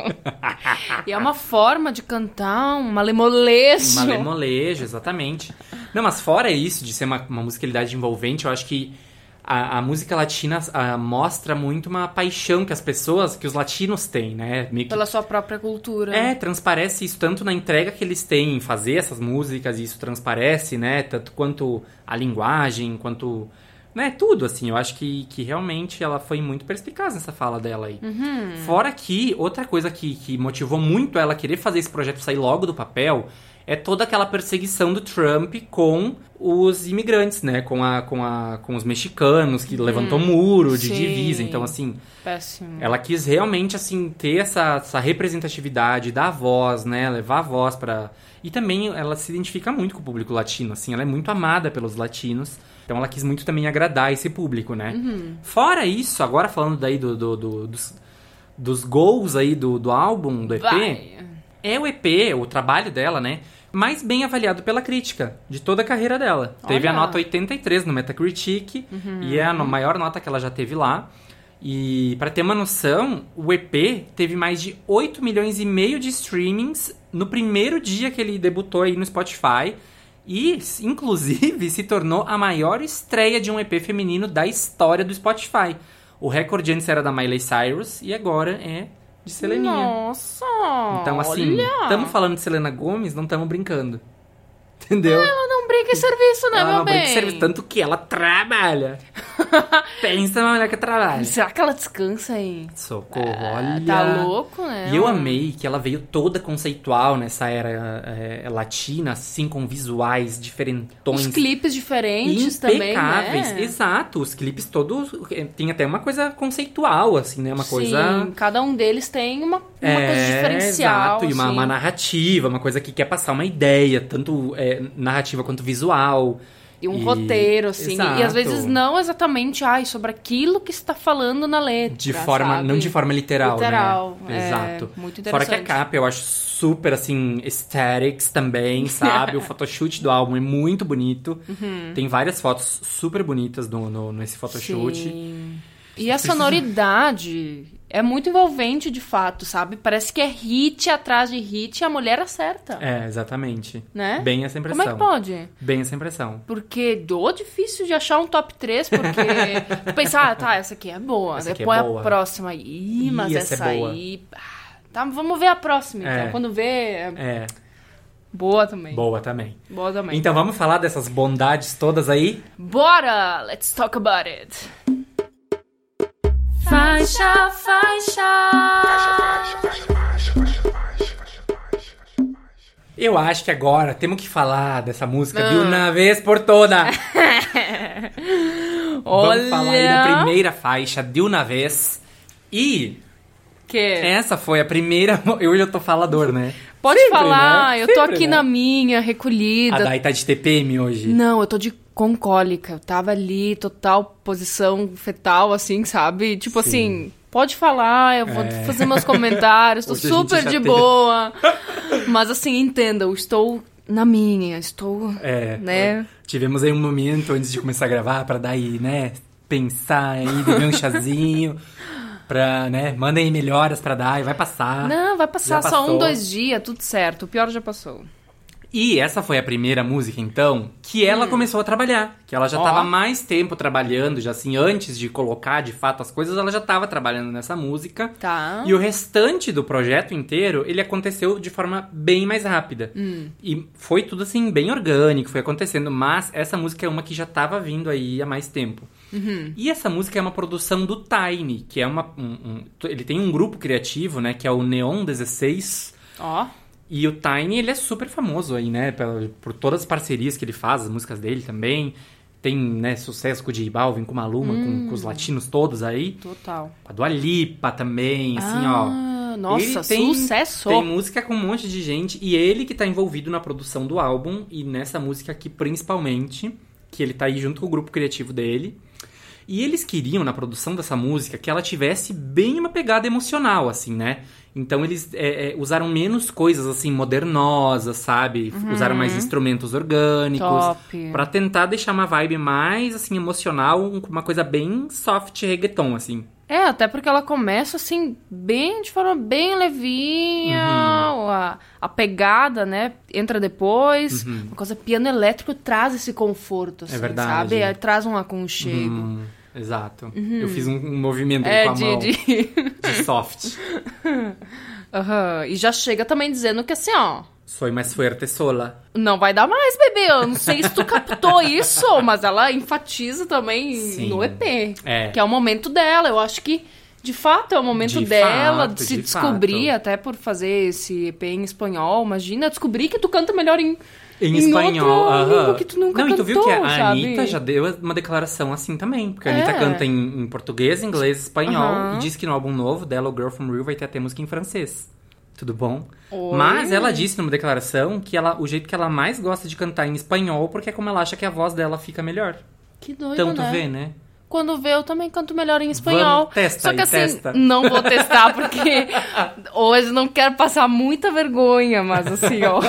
S1: [laughs]
S2: e é uma forma de cantar um malemolejo.
S1: Uma lemolejo, exatamente. Não, mas fora isso, de ser uma, uma musicalidade envolvente, eu acho que a, a música latina ah, mostra muito uma paixão que as pessoas, que os latinos têm, né? Meio que
S2: Pela sua própria cultura.
S1: É, transparece isso tanto na entrega que eles têm em fazer essas músicas, e isso transparece, né? Tanto quanto a linguagem, quanto. Né, tudo, assim. Eu acho que, que realmente ela foi muito perspicaz nessa fala dela aí.
S2: Uhum.
S1: Fora que, outra coisa que, que motivou muito ela a querer fazer esse projeto sair logo do papel é toda aquela perseguição do Trump com os imigrantes, né? Com, a, com, a, com os mexicanos, que levantou muro de
S2: Uhum. sim.
S1: divisa. Então, assim,
S2: Péssimo.
S1: ela quis realmente, assim, ter essa, essa representatividade, dar voz, né? Levar a voz pra... E também ela se identifica muito com o público latino, assim. Ela é muito amada pelos latinos. Então ela quis muito também agradar esse público, né? Fora isso, agora falando daí do, do- do- dos, dos gols aí do, do álbum, do EP...
S2: Vai.
S1: É o EP, o trabalho dela, né? Mais bem avaliado pela crítica de toda a carreira dela. Teve a
S2: Olha. Uhum.
S1: nota 83 no Metacritic e é a no- maior nota que ela já teve lá. E pra ter uma noção, o EP teve mais de 8 milhões e meio de streamings no primeiro dia que ele debutou aí no Spotify. E, s- inclusive, se tornou a maior estreia de um EP feminino da história do Spotify. O recorde antes era da Miley Cyrus e agora é de Seleninha.
S2: Nossa!
S1: Então, assim,
S2: olha.
S1: estamos falando de Selena Gomes, não estamos brincando. Entendeu?
S2: Ela não brinca em serviço, né,
S1: Ela
S2: meu
S1: não
S2: bem?
S1: brinca de serviço, tanto que ela
S2: [laughs]
S1: trabalha. Pensa numa mulher que trabalha.
S2: Será que ela descansa aí?
S1: Socorro, olha.
S2: Tá louco, né?
S1: E eu amei que ela veio toda conceitual nessa era é, latina, assim, com visuais diferentões.
S2: Os clipes diferentes também,
S1: impecáveis.
S2: né?
S1: Exato, os clipes todos. eh, Tem até uma coisa conceitual, assim, né? Uma coisa.
S2: Sim, cada um deles tem uma, uma
S1: é,
S2: coisa diferencial.
S1: Exato, e uma,
S2: assim.
S1: uma narrativa, uma coisa que quer passar uma ideia, tanto eh, narrativa quanto visual.
S2: E um roteiro, assim. E às
S1: Exato.
S2: vezes não exatamente, ai, sobre aquilo que está falando na letra.
S1: De forma,
S2: sabe?
S1: não de forma literal,
S2: Literal,
S1: né?
S2: é,
S1: Exato.
S2: muito
S1: Fora que a
S2: interessante.
S1: capa eu acho super, assim, aesthetics também,
S2: [laughs]
S1: sabe? o photoshoot do álbum é muito bonito.
S2: Uhum.
S1: Tem várias fotos super bonitas no, no- nesse photoshoot.
S2: Sim. E a sonoridade é muito envolvente, de fato, sabe? Parece que é hit atrás de hit e a mulher acerta,
S1: É, exatamente.
S2: né?
S1: Bem essa impressão.
S2: Como é que pode?
S1: Bem essa impressão.
S2: Porque do difícil de achar um top 3,
S1: [laughs]
S2: porque pensar, ah, tá, essa aqui é boa,
S1: Essa aqui é
S2: depois
S1: boa.
S2: a próxima aí,
S1: Ih,
S2: mas
S1: essa
S2: essa,
S1: é boa.
S2: aí, ah, tá, vamos ver a próxima, então.
S1: É.
S2: Quando vê, é
S1: É,
S2: boa também.
S1: boa também.
S2: Boa também.
S1: Então vamos falar dessas bondades todas aí?
S2: Bora, let's talk about it.
S3: Faixa, faixa.
S2: [laughs]
S1: Eu acho que agora temos que falar dessa música
S2: Ah.
S1: de uma vez por
S2: [laughs]
S1: toda. Vamos falar aí da primeira faixa de uma vez. E
S2: que
S1: essa foi a primeira. [laughs] Hoje eu tô falador, né?
S2: Pode
S1: Sempre,
S2: falar,
S1: né?
S2: eu tô
S1: Sempre,
S2: aqui
S1: né?
S2: na minha,
S1: A
S2: recolhida.
S1: Dai tá de TPM hoje.
S2: Não, eu tô de com cólica. Eu tava ali, total posição fetal, assim, sabe? Tipo assim, pode falar, eu vou
S1: É.
S2: fazer meus comentários,
S1: [laughs]
S2: tô
S1: Hoje a gente
S2: super
S1: já
S2: de
S1: teve.
S2: boa. Mas assim, entenda, eu estou na minha, estou.
S1: É.
S2: Né?
S1: Tivemos aí um momento antes de começar a gravar pra Dai, né? Pensar aí, beber um
S2: [laughs]
S1: chazinho. Pra, né? Mandem melhoras pra Dai, vai passar.
S2: Ah, Não, vai passar
S1: Já
S2: só um,
S1: passou.
S2: dois dias, tudo certo. O pior já passou.
S1: E essa foi a primeira música, então, que ela começou a trabalhar. Que ela já
S2: Hum. Ó.
S1: estava tava mais tempo trabalhando, já assim, antes de colocar de fato as coisas, ela já tava trabalhando nessa música.
S2: Tá.
S1: E o restante do projeto inteiro, ele aconteceu de forma bem mais rápida.
S2: Hum.
S1: E foi tudo assim, bem orgânico, foi acontecendo. Mas essa música é uma que já tava vindo aí há mais tempo.
S2: Uhum.
S1: E essa música é uma produção do Tiny, que é uma. um- um- ele tem um grupo criativo, né? Que é o Neon 16.
S2: Ó.
S1: E o Tiny, ele é super famoso aí, né? Pela- Por, todas as parcerias que ele faz, as músicas dele também. Tem, né, sucesso com o J Balvin, com o Maluma, com, com os latinos todos aí.
S2: Total.
S1: Com a Dua Lipa também, assim,
S2: Ah,
S1: ó.
S2: nossa,
S1: Ele tem-
S2: sucesso!
S1: Tem música com um monte de gente. E ele que tá envolvido na produção do álbum. E nessa música aqui, principalmente. Que ele tá aí junto com o grupo criativo dele. E eles queriam, na produção dessa música, que ela tivesse bem uma pegada emocional, assim, né? Então eles é, é, usaram menos coisas, assim, modernosas, sabe? Usaram mais instrumentos orgânicos.
S2: Uhum. Top.
S1: Pra tentar deixar uma vibe mais, assim, emocional. Uma coisa bem soft reggaeton, assim.
S2: É, até porque ela começa assim, bem de forma bem levinha,
S1: Uhum.
S2: a, a pegada, né? Entra depois. Uma coisa piano elétrico traz esse conforto, assim,
S1: Uhum. verdade.
S2: sabe? É, Traz um aconchego.
S1: Hum, exato. Eu fiz um, um movimento
S2: Uhum. É,
S1: com a
S2: de.
S1: mão
S2: de- [laughs]
S1: de soft.
S2: Aham. E já chega também dizendo que assim, ó.
S1: Soy mais fuerte sola.
S2: Não vai dar mais, bebê. Eu não sei se tu captou isso, mas ela enfatiza também
S1: Sim.
S2: no EP.
S1: É.
S2: Que é o momento dela. Eu acho que, de fato, é o momento
S1: De
S2: dela
S1: fato,
S2: de se
S1: de
S2: descobrir,
S1: fato.
S2: até por fazer esse EP em espanhol. Imagina, descobrir que tu canta melhor em,
S1: Em, espanhol.
S2: outro
S1: aham.
S2: língua que tu nunca
S1: Não,
S2: cantou,
S1: e tu viu que a
S2: sabe?
S1: Anitta já deu uma declaração assim também. Porque a
S2: É.
S1: Anitta canta em, em português, inglês, espanhol.
S2: Aham.
S1: E diz que no álbum novo dela, o Girl From Rio, vai ter até música em francês. Tudo bom?
S2: Oi.
S1: Mas ela disse numa declaração que ela, o jeito que ela mais gosta de cantar é em espanhol, porque é como ela acha que a voz dela fica melhor.
S2: Que doido,
S1: Tanto
S2: né?
S1: vê, né?
S2: Quando vê, eu também canto melhor em espanhol.
S1: Vamos, testa
S2: Só que
S1: aí,
S2: assim,
S1: testa.
S2: não
S1: [laughs]
S2: vou testar, porque hoje não quero passar muita vergonha, mas assim,
S1: [laughs]
S2: ó.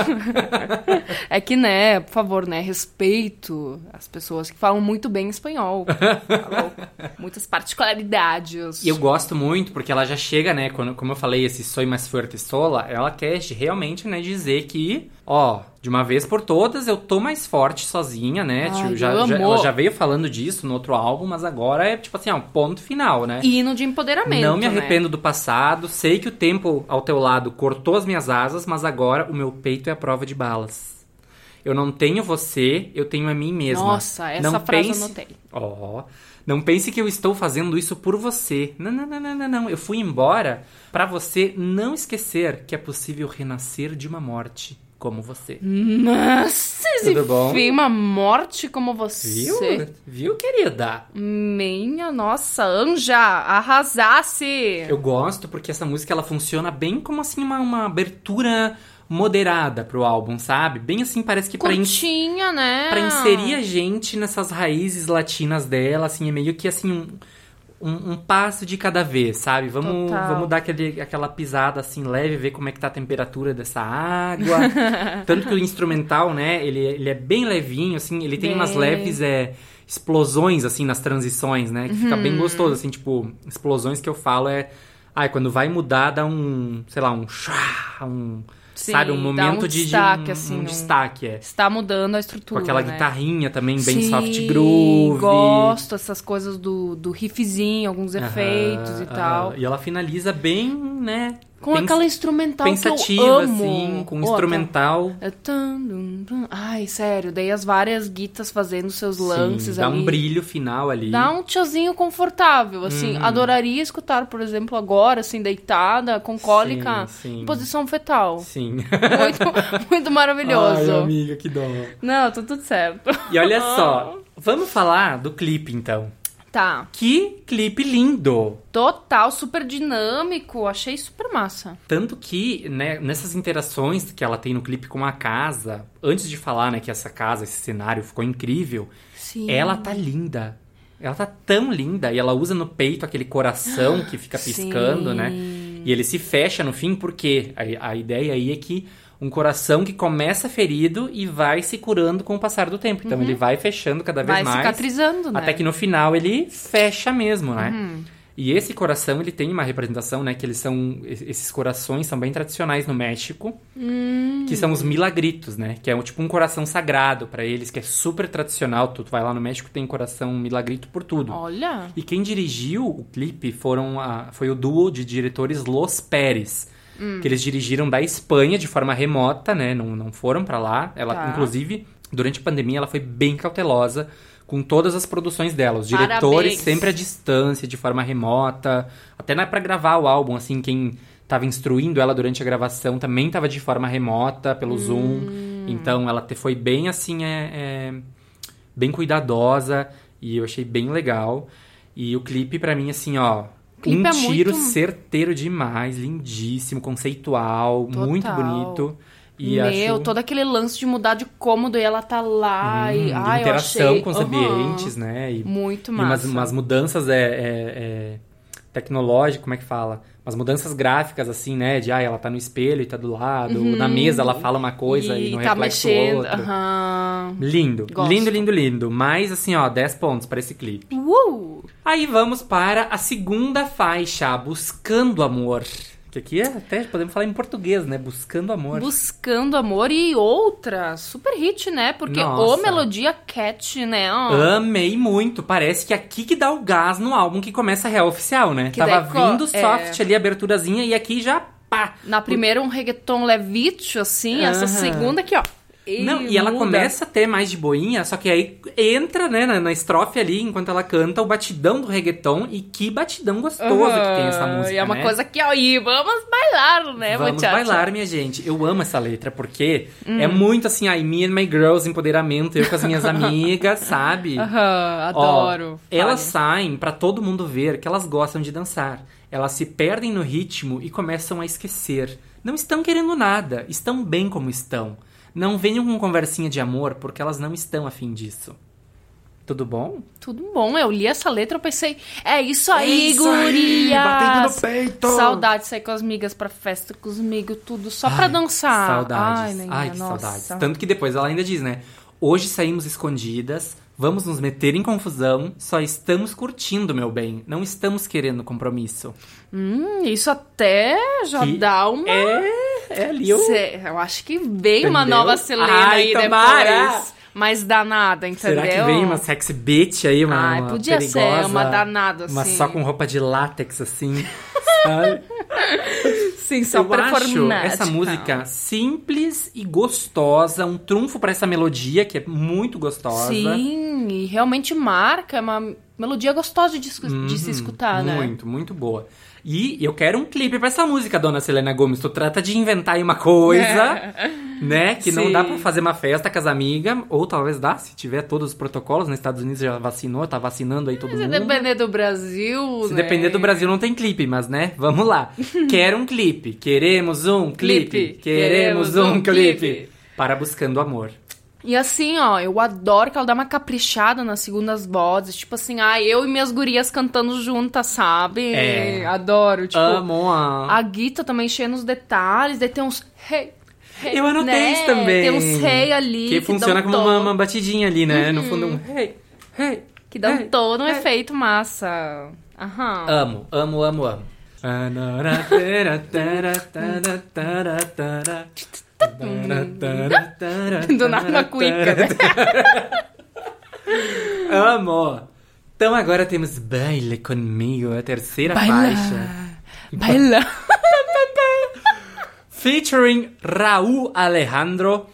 S2: É que, né, por favor, né, respeito as pessoas que falam muito bem espanhol. Falam muitas particularidades.
S1: E eu gosto muito, porque ela já chega, né? Quando, como eu falei, esse sonho mais forte sola, ela quer realmente, né, dizer que, ó, de uma vez por todas, eu tô mais forte sozinha, né?
S2: Ai,
S1: Tipo, já,
S2: eu
S1: já,
S2: amo.
S1: ela já veio falando disso no outro álbum, mas agora é tipo assim, ó, um ponto final, né?
S2: Hino de empoderamento.
S1: Não me
S2: né?
S1: arrependo do passado, sei que o tempo ao teu lado cortou as minhas asas, mas agora o meu peito é a prova de balas. Eu não tenho você, eu tenho a mim mesma.
S2: Nossa, essa
S1: não
S2: frase eu
S1: pense...
S2: anotei.
S1: Ó, não pense que eu estou fazendo isso por você. Não, não, não, não, não, não. Eu fui embora pra você não esquecer que é possível renascer de uma morte como você.
S2: Hum, Nossa, esse
S1: Tudo bom?
S2: fim, uma morte como você.
S1: Viu? Viu, querida?
S2: Minha nossa, Anja, arrasasse!
S1: Eu gosto porque essa música ela funciona bem como assim uma, uma abertura moderada pro álbum, sabe? Bem assim, parece que pra, in-
S2: Curtinha, né?
S1: pra inserir a gente nessas raízes latinas dela, assim, é meio que assim um, um, um passo de cada vez, sabe? Vamos,
S2: Total.
S1: vamos dar aquele, aquela pisada assim leve, ver como é que tá a temperatura dessa
S2: [laughs]
S1: água. Tanto que o instrumental, né, ele, ele é bem levinho, assim, ele tem umas
S2: Bem.
S1: leves é, explosões, assim, nas transições, né? Que fica
S2: Uhum.
S1: bem gostoso, assim, tipo, explosões que eu falo é. Ai, quando vai mudar, dá um, sei lá, um chá, um.
S2: Sim,
S1: sabe, um
S2: dá um
S1: momento de- de.
S2: destaque,
S1: um,
S2: assim,
S1: um
S2: um-
S1: destaque, é.
S2: Está mudando a estrutura.
S1: Com aquela
S2: né?
S1: guitarrinha também, bem
S2: Sim,
S1: soft groove.
S2: Gosto dessas coisas do, do riffzinho, alguns
S1: Aham,
S2: efeitos e
S1: aham.
S2: tal.
S1: E ela finaliza bem, né?
S2: Com
S1: pens-
S2: aquela instrumental que eu
S1: pensativa,
S2: amo.
S1: assim, com
S2: Outra.
S1: instrumental.
S2: É tan, dum, dum. Ai, sério, daí as várias guitas fazendo seus
S1: Sim,
S2: lances
S1: dá
S2: ali.
S1: um brilho Uhum. final ali.
S2: Dá um tiozinho confortável, assim. Adoraria escutar, por exemplo, agora, assim, deitada, com cólica,
S1: Sim, sim.
S2: em posição fetal.
S1: [laughs] Sim.
S2: Muito, muito um maravilhoso. Ah.
S1: Ai, amiga, que dó.
S2: Não, tá tudo certo.
S1: E olha só, vamos falar do clipe então.
S2: Tá.
S1: Que clipe lindo!
S2: Total, super dinâmico. Achei super massa.
S1: Tanto que, né, nessas interações que ela tem no clipe com a casa, antes de falar, né, que essa casa, esse cenário ficou incrível,
S2: Sim.
S1: ela tá linda. Ela tá tão linda e ela usa no peito aquele coração que fica piscando,
S2: Sim.
S1: né? E ele se fecha no fim porque a, a ideia aí é que um coração que começa ferido e vai se curando com o passar do tempo. Então ele vai fechando cada vez
S2: Uhum. vai
S1: mais.
S2: cicatrizando, né? Uhum.
S1: Até que no final ele fecha mesmo, né? E esse coração, ele tem uma representação, né? Que eles são... es- Esses corações são bem tradicionais no México.
S2: Hum.
S1: Que são os milagritos, né? Que é um, tipo um coração sagrado pra eles, que é super tradicional. Tu vai lá no México, tem coração milagrito por tudo.
S2: Olha.
S1: E quem dirigiu o clipe foram a- foi o duo de diretores Los Pérez.
S2: Hum.
S1: Que eles dirigiram da Espanha de forma remota, né? Não, não foram pra lá. Ela,
S2: Tá.
S1: inclusive, durante a pandemia, ela foi bem cautelosa com todas as produções dela. Os diretores
S2: Parabéns.
S1: sempre à distância, de forma remota. Até na, pra gravar o álbum, assim, quem tava instruindo ela durante a gravação também tava de forma remota,
S2: Hum.
S1: pelo Zoom. Então ela te- foi bem assim, é, é, bem cuidadosa e eu achei bem legal. E o clipe pra mim assim, ó,
S2: clipe
S1: um
S2: é
S1: tiro
S2: muito-
S1: certeiro demais, lindíssimo, conceitual,
S2: Total.
S1: muito bonito. E
S2: Meu,
S1: acho
S2: todo aquele lance de mudar de cômodo e ela tá lá.
S1: hum,
S2: e,
S1: de
S2: ai, eu
S1: interação
S2: achei-
S1: com os
S2: Aham.
S1: ambientes, né? E,
S2: Muito
S1: e
S2: massa.
S1: umas, umas mudanças é, é, é, tecnológicas, como é que fala? Umas mudanças gráficas, assim, né? De, ah, ela tá no espelho e tá do lado. Na mesa ela fala uma coisa e,
S2: Uhum. e
S1: no
S2: tá
S1: reflexo
S2: mexendo.
S1: outra.
S2: Aham.
S1: Lindo,
S2: Gosto.
S1: lindo, lindo, lindo. Mas, assim, ó, 10 pontos pra esse clipe.
S2: Uh!
S1: Aí vamos para a segunda faixa, Buscando Amor. Que aqui é até podemos falar em português, né? Buscando Amor.
S2: Buscando Amor e outra. Super hit, né? Porque
S1: Nossa.
S2: o melodia catch, né? Ó.
S1: Amei muito. Parece que aqui que dá o gás no álbum que começa a real oficial, né?
S2: Que
S1: Tava
S2: daí co- é.
S1: vindo soft ali, aberturazinha, e aqui já pá.
S2: Na primeira, um reggaeton levítico, assim.
S1: Aham.
S2: Essa segunda aqui, ó.
S1: Não, e ela
S2: muda.
S1: começa a ter mais de boinha, só que aí entra, né, na, na estrofe ali, enquanto ela canta, o batidão do reggaeton. E que batidão gostoso que tem essa
S2: Aham.
S1: música,
S2: E é uma
S1: né?
S2: coisa que, ó, e vamos bailar, né,
S1: Vamos
S2: muchacha?
S1: bailar, minha gente. Eu amo essa letra, porque é muito assim, ai, me and my girls, empoderamento, eu com as minhas
S2: [laughs]
S1: amigas, sabe?
S2: Aham,
S1: Ó,
S2: adoro.
S1: elas
S2: Fale.
S1: saem pra todo mundo ver que elas gostam de dançar. Elas se perdem no ritmo e começam a esquecer. Não estão querendo nada, estão bem como estão. Não venham com conversinha de amor, porque elas não estão afim disso. Tudo bom?
S2: Tudo bom, eu li essa letra, eu pensei, é isso aí,
S1: isso aí,
S2: gurias!
S1: batendo no peito!
S2: Saudade de sair com as amigas pra festa, com os amigos, tudo, só pra
S1: Ai,
S2: dançar. Ai,
S1: Saudades. Ai,
S2: neném,
S1: que
S2: nossa.
S1: saudades. Tanto que depois ela ainda diz, né? Hoje saímos escondidas, vamos nos meter em confusão, só estamos curtindo, meu bem. Não estamos querendo compromisso.
S2: Hum, isso até já
S1: Que
S2: dá uma...
S1: É, É ali o...
S2: Cê- eu acho que vem uma
S1: Entendeu?
S2: nova Selena
S1: Ai,
S2: aí
S1: tomara!
S2: depois. Mas danada, entendeu?
S1: Será que vem uma sexy bitch aí, uma,
S2: Ai,
S1: uma
S2: podia ser
S1: perigosa,
S2: uma danada,
S1: Uma
S2: assim.
S1: só com roupa de látex, assim, sabe?
S2: Sim, [laughs] só tipo.
S1: eu acho
S2: performática.
S1: essa música simples e gostosa, um trunfo pra essa melodia que é muito gostosa.
S2: Sim, e realmente marca, é uma melodia gostosa de, escu- de se escutar, né?
S1: Uhum, Hum, Muito, muito boa. E eu quero um clipe pra essa música, dona Selena Gomes. Tu trata de inventar aí uma
S2: [laughs]
S1: coisa, né? Que não
S2: Sim.
S1: dá pra fazer uma festa com as amigas. Ou talvez dá, se tiver todos os protocolos. Nos Estados Unidos já vacinou, tá vacinando aí todo
S2: Se
S1: mundo.
S2: depender do Brasil.
S1: Se
S2: é né?
S1: depender do Brasil, não tem clipe, mas né? Vamos
S2: [laughs]
S1: lá. Quero um clipe. Queremos um clipe.
S2: Clipe.
S1: Queremos,
S2: Queremos
S1: um
S2: um
S1: clipe.
S2: clipe.
S1: Para Buscando Amor.
S2: E assim, ó, eu adoro que ela dá uma caprichada nas segundas vozes. Tipo assim, ah, eu e minhas gurias cantando juntas, sabe?
S1: É.
S2: Adoro, tipo.
S1: Amo a...
S2: A Guita também cheia nos detalhes, daí tem uns hey, hey,
S1: Eu anotei
S2: né?
S1: isso também.
S2: Tem uns rei ali.
S1: Que, funciona
S2: dão Uhum.
S1: como
S2: todo-
S1: uma, uma batidinha ali, né? No fundo, um hey, hey.
S2: Que dá
S1: hey.
S2: um todo um efeito massa. Aham.
S1: Amo, amo, amo, amo. Do Ah,
S2: [laughs] Do nada, cuica, né?
S1: Amo! Então agora temos Baile Comigo, a terceira faixa.
S2: Baila.
S1: Featuring Raul Alejandro.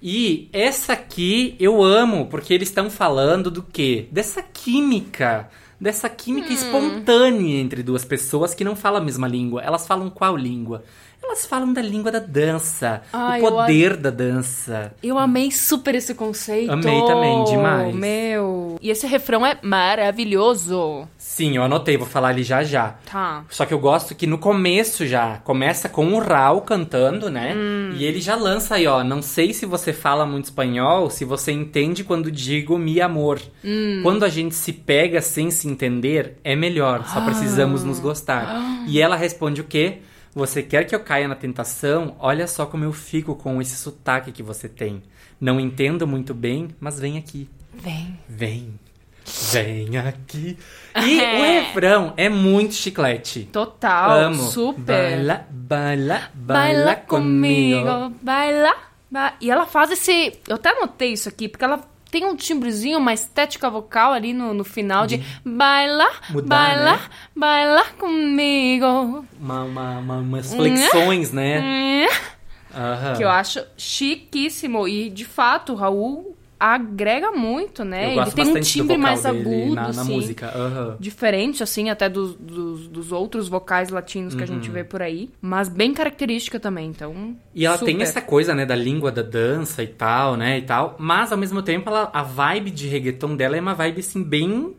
S1: E essa aqui eu amo, porque eles estão falando do quê? Dessa química. Dessa química
S2: Hum.
S1: espontânea entre duas pessoas que não falam a mesma língua. Elas falam qual língua? Elas falam da língua da dança.
S2: Ai,
S1: o
S2: eu
S1: poder da dança.
S2: Eu amei super esse conceito.
S1: Amei também, demais.
S2: Meu. E esse refrão é maravilhoso.
S1: Sim, eu anotei, vou falar ali já já.
S2: Tá.
S1: Só que eu gosto que no começo já começa com o Raul cantando, né? E ele já lança aí, ó. Não sei se você fala muito espanhol, se você entende quando digo mi amor. Quando a gente se pega sem se entender, é melhor. Só precisamos nos gostar. E ela responde o quê? Você quer que eu caia na tentação? Olha só como eu fico com esse sotaque que você tem. Não entendo muito bem, mas vem aqui.
S2: Vem.
S1: Vem, vem aqui. E o refrão é muito chiclete.
S2: Total.
S1: Amo.
S2: Super.
S1: Baila, baila, baila,
S2: Baila
S1: comigo.
S2: comigo, baila, ba- E ela faz esse. Eu até anotei isso aqui, porque ela tem um timbrezinho, uma estética vocal ali no, no final de baila,
S1: Mudar,
S2: baila,
S1: né?
S2: baila comigo. Hum.
S1: Uma, uma, uma- umas flexões, né? Aham.
S2: Que eu acho chiquíssimo. E de fato, o Raul agrega muito,
S1: Eu
S2: né? Ele
S1: gosto
S2: tem um
S1: bastante do
S2: timbre
S1: vocal
S2: mais
S1: dele
S2: agudo,
S1: na, na
S2: assim.
S1: música. aham.
S2: Diferente, assim, até dos, dos, dos outros vocais latinos que a gente vê por aí. Mas bem característica também, então.
S1: Uhum. E ela tem
S2: super.
S1: essa coisa, né, da língua da dança e tal, né, e tal. Mas, ao mesmo tempo, ela, a vibe de reggaeton dela é uma vibe, assim, bem...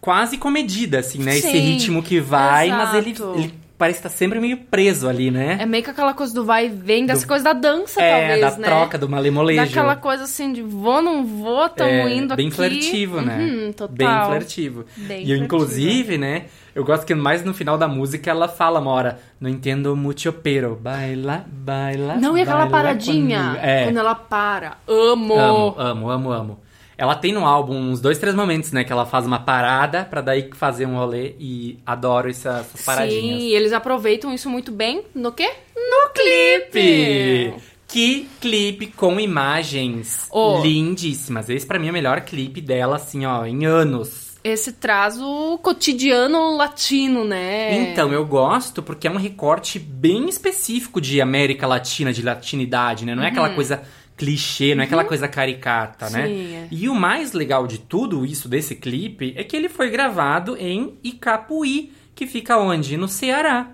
S1: Quase comedida, assim, né? Esse
S2: Sim,
S1: ritmo que vai, mas ele,
S2: exato.
S1: ele parece estar sempre meio preso ali, né?
S2: É meio que aquela coisa do vai e vem, dessa coisa da dança,
S1: é,
S2: talvez,
S1: da
S2: né?
S1: troca, do malemolejo.
S2: Daquela coisa assim de vou, não vou, tamo
S1: É,
S2: indo
S1: bem
S2: aqui.
S1: flertivo, né?
S2: Uhum, total.
S1: Bem flertivo.
S2: Bem
S1: e eu,
S2: flertivo.
S1: inclusive, né? Eu gosto que mais no final da música ela fala uma hora, não entendo muito pero, baila, baila.
S2: Não, e aquela
S1: baila
S2: paradinha,
S1: comigo." É.
S2: quando ela para. Amo!
S1: Amo, amo, amo, amo. Ela tem no álbum uns dois, três momentos, né? Que ela faz uma parada pra daí fazer um rolê e adoro essa- essas paradinhas.
S2: Sim, eles aproveitam isso muito bem. No quê? No clipe!
S1: Que clipe com imagens
S2: Ô.
S1: lindíssimas. Esse pra mim é o melhor clipe dela, assim, ó, em anos.
S2: Esse traz o cotidiano latino, né?
S1: Então, eu gosto porque é um recorte bem específico de América Latina, de latinidade, né? Não é aquela coisa clichê, não é aquela coisa caricata,
S2: Uhum. Sim,
S1: né?
S2: é.
S1: E o mais legal de tudo isso desse clipe é que ele foi gravado em Icapuí, que fica onde? No Ceará.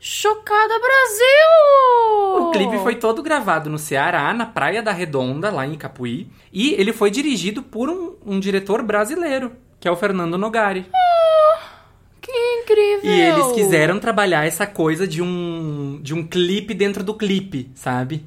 S2: Chocada Brasil!
S1: O clipe foi todo gravado no Ceará, na Praia da Redonda, lá em Icapuí, e ele foi dirigido por um, um diretor brasileiro, que é o Fernando Nogari.
S2: Que incrível!
S1: E eles quiseram trabalhar essa coisa de um, de um clipe dentro do clipe, sabe?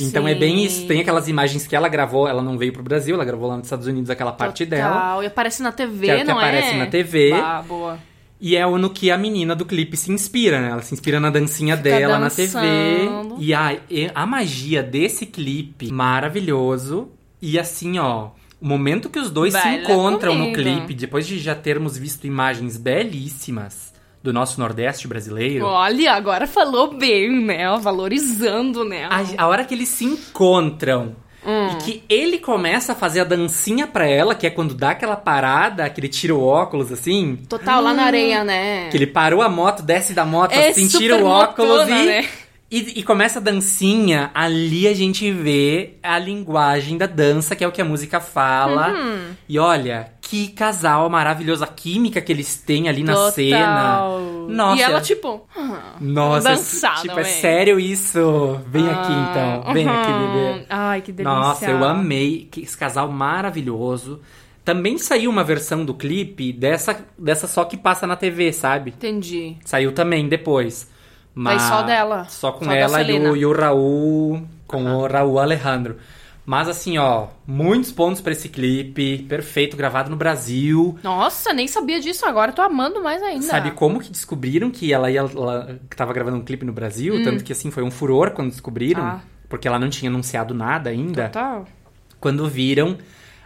S1: Então é bem isso.
S2: Sim.
S1: Tem aquelas imagens que ela gravou, ela não veio pro Brasil, ela gravou lá nos Estados Unidos aquela parte dela.
S2: Total, E aparece na TV,
S1: Que é o que
S2: não é?
S1: aparece na TV.
S2: Ah, boa.
S1: E é no que a menina do clipe se inspira, né? Ela se inspira na dancinha dela na TV.
S2: dançando.
S1: E a, e a magia desse clipe, maravilhoso. E assim, ó. O momento que os dois
S2: Baila
S1: se encontram no
S2: comigo.
S1: clipe, depois de já termos visto imagens belíssimas do nosso Nordeste brasileiro.
S2: Olha, agora falou bem, né? Ó, Valorizando, né?
S1: A, a hora que eles se encontram
S2: Hum.
S1: e que ele começa a fazer a dancinha pra ela, que é quando dá aquela parada, que ele tira o óculos assim.
S2: Total, lá na areia, né?
S1: Que ele parou a moto, desce da moto,
S2: É
S1: assim,
S2: super
S1: tira o óculos
S2: motona,
S1: e,
S2: né?
S1: e. e começa a dancinha. Ali a gente vê a linguagem da dança, que é o que a música fala.
S2: Uhum.
S1: E olha, que casal maravilhoso. A química que eles têm ali na
S2: Total.
S1: cena. Nossa.
S2: E ela, tipo... ah,
S1: Nossa,
S2: dançada,
S1: tipo, é
S2: ué.
S1: sério isso? Vem aqui
S2: ah,
S1: então, vem aqui,
S2: uhum.
S1: bebê.
S2: Ai, que delícia.
S1: Nossa, eu amei que- esse casal maravilhoso. Também saiu uma versão do clipe dessa, dessa só que passa na TV, sabe?
S2: Entendi.
S1: Saiu também depois. Mas
S2: Mas Tá só dela.
S1: Só com
S2: Só da
S1: ela e
S2: Selena.
S1: o, e o Raul, com o Raul Alejandro. Mas assim, ó, muitos pontos pra esse clipe, perfeito, gravado no Brasil.
S2: Nossa, nem sabia disso. Agora eu tô amando mais ainda.
S1: Sabe como que descobriram que ela ia ela, que tava gravando um clipe no Brasil? Tanto que assim foi um furor quando descobriram,
S2: Hum. Ah.
S1: porque ela não tinha anunciado nada ainda.
S2: Total.
S1: Quando viram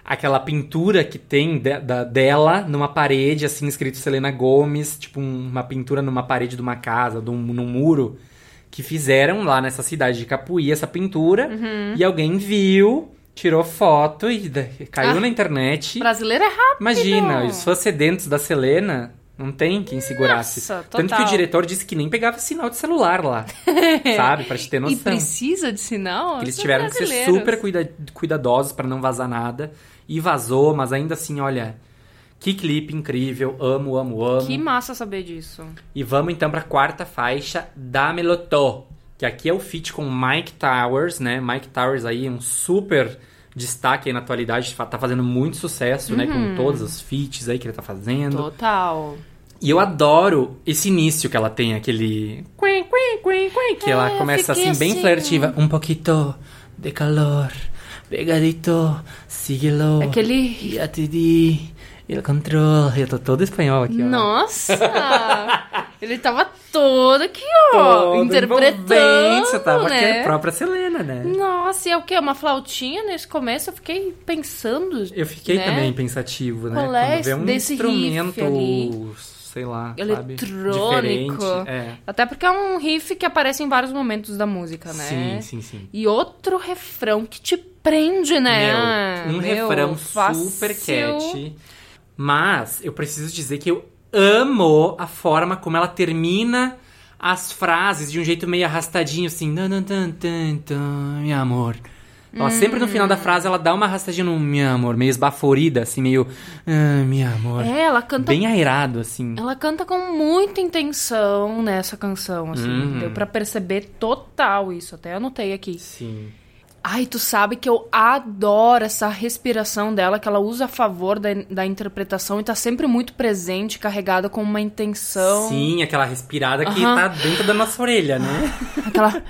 S1: aquela pintura que tem de- da- dela numa parede, assim, escrito Selena Gomes, tipo um- uma pintura numa parede de uma casa, de um, num muro, que fizeram lá nessa cidade de Capuí essa pintura,
S2: Uhum.
S1: e alguém viu. Tirou foto e da- caiu
S2: Ah.
S1: na internet.
S2: Brasileiro é rápido.
S1: Imagina, se fosse dentro da Selena, não tem quem segurasse.
S2: Nossa,
S1: Tanto que o
S2: total.
S1: diretor disse que nem pegava sinal de celular
S2: [laughs]
S1: lá. sabe? Pra te ter
S2: E
S1: noção.
S2: precisa de sinal?
S1: Eles
S2: São
S1: tiveram que ser
S2: brasileiros.
S1: super cuida- cuidadosos pra não vazar nada. E vazou, mas ainda assim, olha. Que clipe incrível. Amo, amo, amo.
S2: Que massa saber disso.
S1: E vamos então pra quarta faixa da Melotô. Que aqui é o feat com Mike Towers, né? Mike Towers aí, um super destaque aí na atualidade. fa- Tá fazendo muito sucesso, né?
S2: Uhum.
S1: Com todos os feats aí que ele tá fazendo.
S2: Total.
S1: E eu adoro esse início que ela tem, aquele.
S2: Quim, quim, quim, quim,
S1: Que ela
S2: quim,
S1: começa
S2: Ah, fiquei
S1: assim, bem flirtiva. Um pouquito de calor, pegadito, síguelo.
S2: Aquele-
S1: E a te di, el control. Eu tô todo espanhol aqui, ó. [laughs]
S2: Nossa! Ele tava todo aqui, ó,
S1: Todo
S2: interpretando,
S1: envolvente, Você tava aqui,
S2: né?
S1: a própria Selena, né?
S2: Nossa, e é o quê? Uma flautinha nesse começo? Eu fiquei pensando.
S1: Eu fiquei
S2: né?
S1: também pensativo, né?
S2: Qual é
S1: Quando vê um
S2: desse riff
S1: instrumento,
S2: ali?
S1: sei lá, sabe?
S2: Eletrônico.
S1: Diferente. É.
S2: Até porque é um riff que aparece em vários momentos da música, né?
S1: Sim, sim, sim.
S2: E outro refrão que te prende, né?
S1: Meu, um
S2: Meu,
S1: refrão
S2: fácil.
S1: super cat. Mas eu preciso dizer que eu amo a forma como ela termina as frases de um jeito meio arrastadinho, assim. Tan, tan, tan, tan, tan, meu amor.
S2: Hum.
S1: Ela sempre no final da frase ela dá uma arrastadinha no meu amor, meio esbaforida, assim, meio. Ah, meu amor.
S2: É, ela canta
S1: Bem airado, assim.
S2: Ela canta com muita intenção nessa canção, assim.
S1: Uhum.
S2: Deu pra perceber total isso. Até anotei aqui.
S1: Sim.
S2: Ai, tu sabe que eu adoro essa respiração dela, que ela usa a favor da, da interpretação e tá sempre muito presente, carregada com uma intenção.
S1: Sim, aquela respirada que
S2: Então
S1: tá
S2: Aham.
S1: dentro da nossa orelha, né?
S2: Aquela.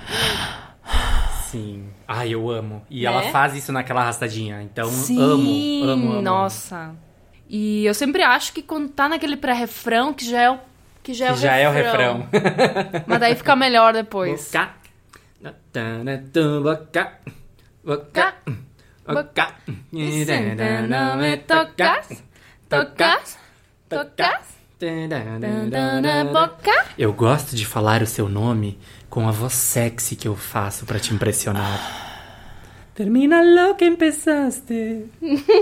S1: Sim. Ai, eu amo. E
S2: Né?
S1: ela faz isso naquela arrastadinha. Então,
S2: Sim,
S1: amo, amo, amo.
S2: Nossa. E eu sempre acho que quando tá naquele pré-refrão, que já é o. Que já é,
S1: Que
S2: o,
S1: já é o
S2: refrão.
S1: refrão.
S2: Mas daí fica melhor depois.
S1: Boca. Tananã, boca. [laughs] Boca. Boca.
S2: E senta, não me tocas, tocas, tocas. Tantana boca.
S1: Eu gosto de falar o seu nome com a voz sexy que eu faço pra te impressionar. Termina lo que empezaste.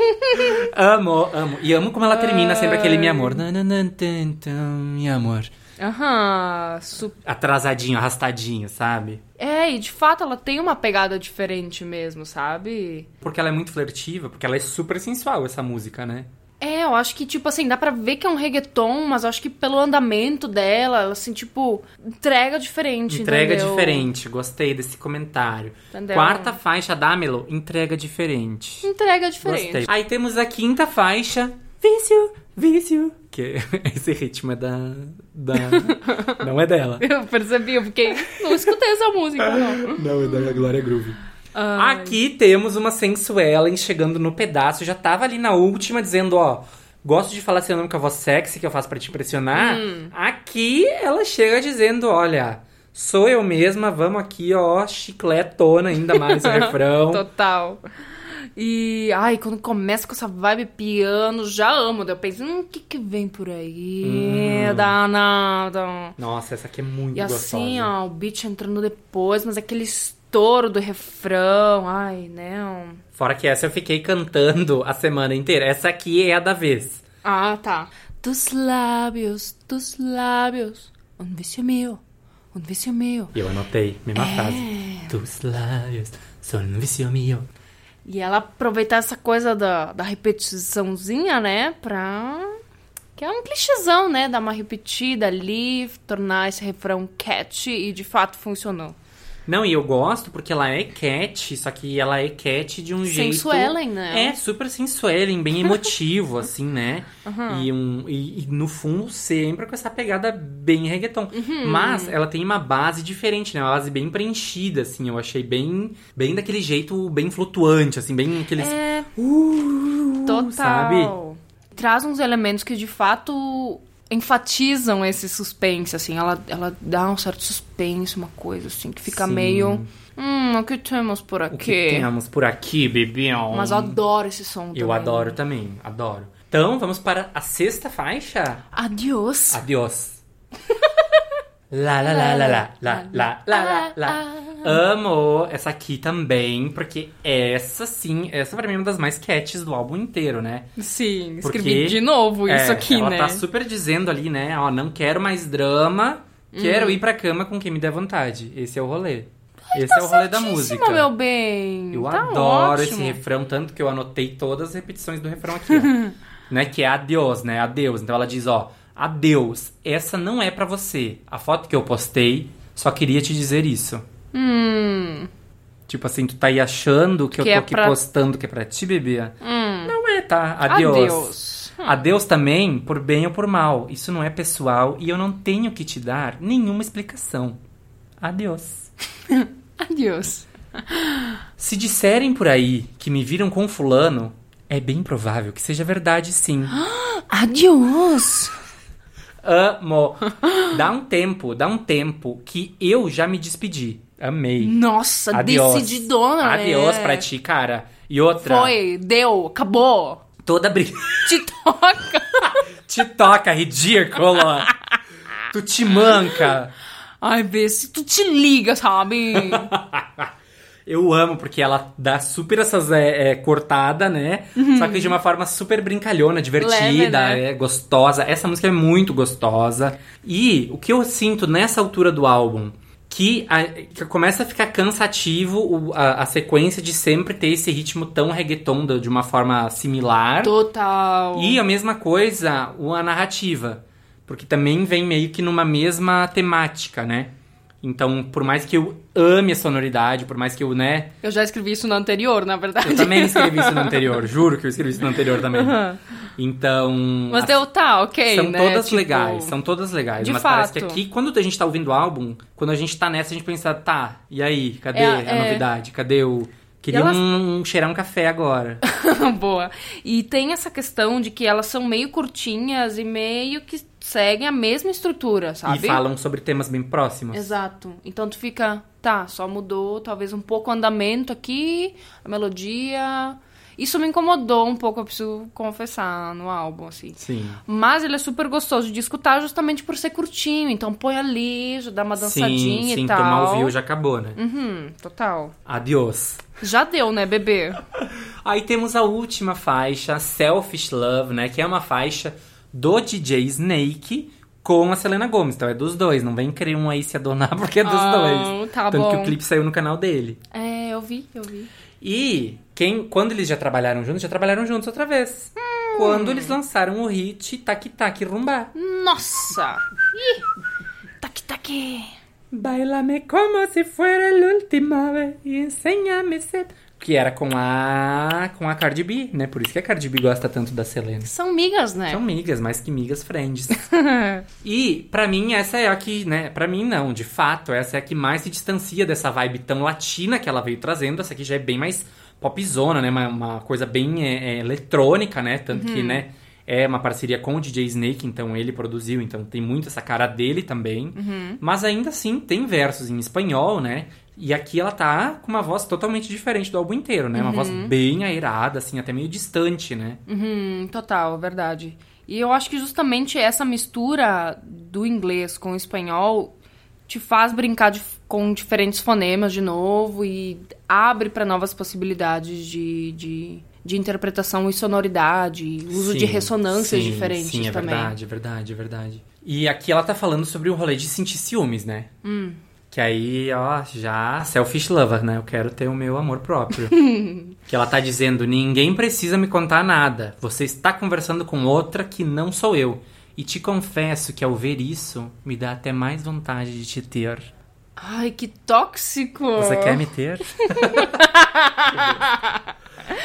S1: [laughs] amo, amo. E amo como ela termina sempre aquele meu amor. Nananã, tantam, Meu amor.
S2: Aham, su-
S1: Atrasadinho, arrastadinho, sabe?
S2: É, e de fato ela tem uma pegada diferente mesmo, sabe?
S1: Porque ela é muito flertiva, porque ela é super sensual, essa música, né?
S2: É, eu acho que, tipo assim, dá pra ver que é um reggaeton, mas eu acho que pelo andamento dela, ela, assim, tipo, entrega diferente,
S1: Entrega
S2: entendeu?
S1: diferente, gostei desse comentário.
S2: Entendeu?
S1: Quarta faixa da Melo, entrega diferente.
S2: Entrega diferente.
S1: Gostei. Aí temos a quinta faixa, vício, vício. Que [laughs] esse ritmo é da. da... [laughs] não é dela.
S2: Eu percebi, eu fiquei... Não escutei essa música, não.
S1: Não, é da Glória Groove. Aqui temos uma Sensuellen chegando no pedaço. Já tava ali na última dizendo, ó. Gosto de falar seu nome com a voz sexy que eu faço pra te impressionar.
S2: Hum.
S1: Aqui ela chega dizendo, olha, sou
S2: [laughs]
S1: eu mesma, vamos aqui, ó, chicletona ainda mais o refrão.
S2: Total. E, ai, quando começa com essa vibe piano, já amo. Daí eu penso, hum, o que que vem por aí? Danada.
S1: Nossa, essa aqui é Hum. muito
S2: E
S1: gostosa.
S2: assim, ó, o beat entrando depois, mas aquele estouro do refrão. Ai, não.
S1: Fora que essa eu fiquei cantando a semana inteira. Essa aqui é a da vez.
S2: Ah, tá. Tus lábios, tus lábios, um vício meu, um vício meu.
S1: E eu anotei, mesma
S2: É.
S1: frase. Tus lábios são um vício meu.
S2: E ela aproveitar essa coisa da, da repetiçãozinha, né, pra... Que é um clichêzão, né, dar uma repetida ali, tornar esse refrão catchy e de fato funcionou.
S1: Não, e eu gosto porque ela é cat, só que ela é cat de um jeito.
S2: Sensuellen, né?
S1: É, super sensuellen, bem emotivo, [laughs] assim, né? E, um, e, e no fundo sempre com essa pegada bem reggaeton.
S2: Uhum.
S1: Mas ela tem uma base diferente, né? Uma base bem preenchida, assim. Eu achei bem, bem daquele jeito, bem flutuante, assim, bem aqueles.
S2: É,
S1: Uh,
S2: total.
S1: Sabe?
S2: Traz uns elementos que de fato enfatizam esse suspense, assim. Ela, ela dá um certo suspense, uma coisa assim, que fica
S1: Sim.
S2: meio. Hum, o que temos por aqui?
S1: O que temos por aqui, bebião?
S2: Mas eu adoro esse som também.
S1: Eu adoro também, adoro. Então, vamos para a sexta faixa.
S2: Adiós. [laughs]
S1: Adiós. Lá, lá, lá, lá, lá, lá, lá, lá, lá, lá. Amo essa aqui também, porque essa sim, essa pra mim é uma das mais catches do álbum inteiro, né?
S2: Sim,
S1: Porque-
S2: escrevi de novo
S1: É,
S2: isso aqui,
S1: ela
S2: né?
S1: tá super dizendo ali, né? Ó, não quero mais drama,
S2: Uhum.
S1: quero ir pra cama com quem me der vontade. Esse é o rolê. Esse é o rolê da
S2: Certíssimo,
S1: música.
S2: tá meu bem.
S1: Eu
S2: Tá
S1: adoro esse
S2: ótimo.
S1: refrão, tanto que eu anotei todas as repetições do refrão aqui, ó.
S2: [laughs]
S1: né? Que é adeus, né? Adeus. Então ela diz, ó, adeus, essa não é pra você. A foto que eu postei, só queria te dizer isso.
S2: Hum,
S1: Tipo assim, tu tá aí achando que,
S2: Que
S1: eu tô
S2: é
S1: aqui
S2: pra-
S1: postando que é pra ti, bebê?
S2: hum.
S1: Não é, tá? Adeus.
S2: Adeus. Hum.
S1: Adeus também, por bem ou por mal. Isso não é pessoal e eu não tenho que te dar nenhuma explicação. Adeus.
S2: Adeus.
S1: Se disserem por aí que me viram com fulano, é bem provável que seja verdade, sim.
S2: Adiós.
S1: Amo. Dá um tempo, dá um tempo que eu já me despedi. Amei.
S2: Nossa,
S1: Adiós.
S2: decididona, né?
S1: Adeus pra ti, cara. E outra.
S2: Foi, deu, acabou. [laughs]
S1: Toda briga.
S2: Te toca.
S1: [laughs] te toca, ridículo. tu te manca.
S2: Ai, vê se tu te
S1: [laughs]
S2: liga, sabe?
S1: Eu amo, porque ela dá super essas é, é, cortada, né? Só que de uma forma super brincalhona, divertida,
S2: Uhum. Leve, né?
S1: é, gostosa. Essa música é muito gostosa. E o que eu sinto nessa altura do álbum? Que, a- que começa a ficar cansativo o- a, a sequência de sempre ter esse ritmo tão reggaeton de de uma forma similar.
S2: Total.
S1: E a mesma coisa, o- a narrativa. Porque também vem meio que numa mesma temática, né? Então, por mais que eu ame a sonoridade, por mais que eu, né?
S2: Eu já escrevi isso no anterior, na [laughs] verdade.
S1: Eu também escrevi isso no anterior, juro que eu escrevi isso no anterior também. Então.
S2: Mas
S1: as-
S2: deu, tá, ok,
S1: são
S2: né?
S1: todas
S2: Tipo,
S1: legais, são todas legais.
S2: de
S1: mas parece que
S2: fato.
S1: aqui, quando a gente tá ouvindo o álbum, quando a gente tá nessa, a gente pensa, tá, e aí? Cadê
S2: É,
S1: a
S2: é.
S1: novidade? Cadê o. Queria
S2: elas-
S1: um, cheirar um café agora.
S2: [laughs] Boa. E tem essa questão de que elas são meio curtinhas e meio que seguem a mesma estrutura, sabe?
S1: E falam sobre temas bem próximos.
S2: Exato. Então tu fica, tá, só mudou talvez um pouco o andamento aqui, a melodia. Isso me incomodou um pouco, eu preciso confessar, no álbum, assim.
S1: Sim.
S2: Mas ele é super gostoso de escutar justamente por ser curtinho. Então põe ali, já dá uma dançadinha
S1: sim, sim,
S2: e tal.
S1: tomar o vinho já acabou, né?
S2: Uhum, total.
S1: Adiós. [laughs]
S2: Já deu, né, bebê?
S1: Aí temos a última faixa, Selfish Love, né? Que é uma faixa do DJ Snake com a Selena Gomez. Então é dos dois, não vem querer um aí se adonar [laughs] porque é dos
S2: Ah,
S1: dois.
S2: tá
S1: Tanto que
S2: bom.
S1: o clipe saiu no canal dele.
S2: [laughs] É, eu vi, eu vi.
S1: E quem, quando eles já trabalharam juntos, já trabalharam juntos outra vez.
S2: Hum.
S1: Quando eles lançaram o hit Tac Tac Rumba.
S2: Nossa! Ih! Tac, tac!
S1: Bailame como se fuera el última vez e enséñame ser. Que era com a com a Cardi B, né? Por isso que a Cardi B gosta tanto da Selena.
S2: São migas, né?
S1: São migas, mais que migas friends. e pra mim essa é a que, né, Pra mim não, de fato, essa é a que mais se distancia dessa vibe tão latina que ela veio trazendo. Essa aqui já é bem mais popzona, né? Uma, uma coisa bem é, é, eletrônica, né? Tanto que, né, é uma parceria com o DJ Snake, então ele produziu, então tem muito essa cara dele também. Mas ainda assim tem versos em espanhol, né? E aqui ela tá com uma voz totalmente diferente do álbum inteiro, né? Uma voz bem airada, assim, até meio distante, né?
S2: Uhum, total, verdade. E eu acho que justamente essa mistura do inglês com o espanhol te faz brincar de- com diferentes fonemas de novo e abre para novas possibilidades de, de, de interpretação e sonoridade, e uso de
S1: Sim,
S2: ressonâncias
S1: sim,
S2: diferentes
S1: Sim, é
S2: também.
S1: verdade, é verdade, é verdade. E aqui ela tá falando sobre o rolê de sentir ciúmes, né?
S2: Hum.
S1: Que aí, ó, já selfish lover, né? Eu quero ter o meu amor
S2: [laughs]
S1: próprio. que ela tá dizendo: ninguém precisa me contar nada. Você está conversando com outra que não sou eu. E te confesso que ao ver isso, me dá até mais vontade de te ter.
S2: Ai, que tóxico!
S1: Você quer me [laughs] ter?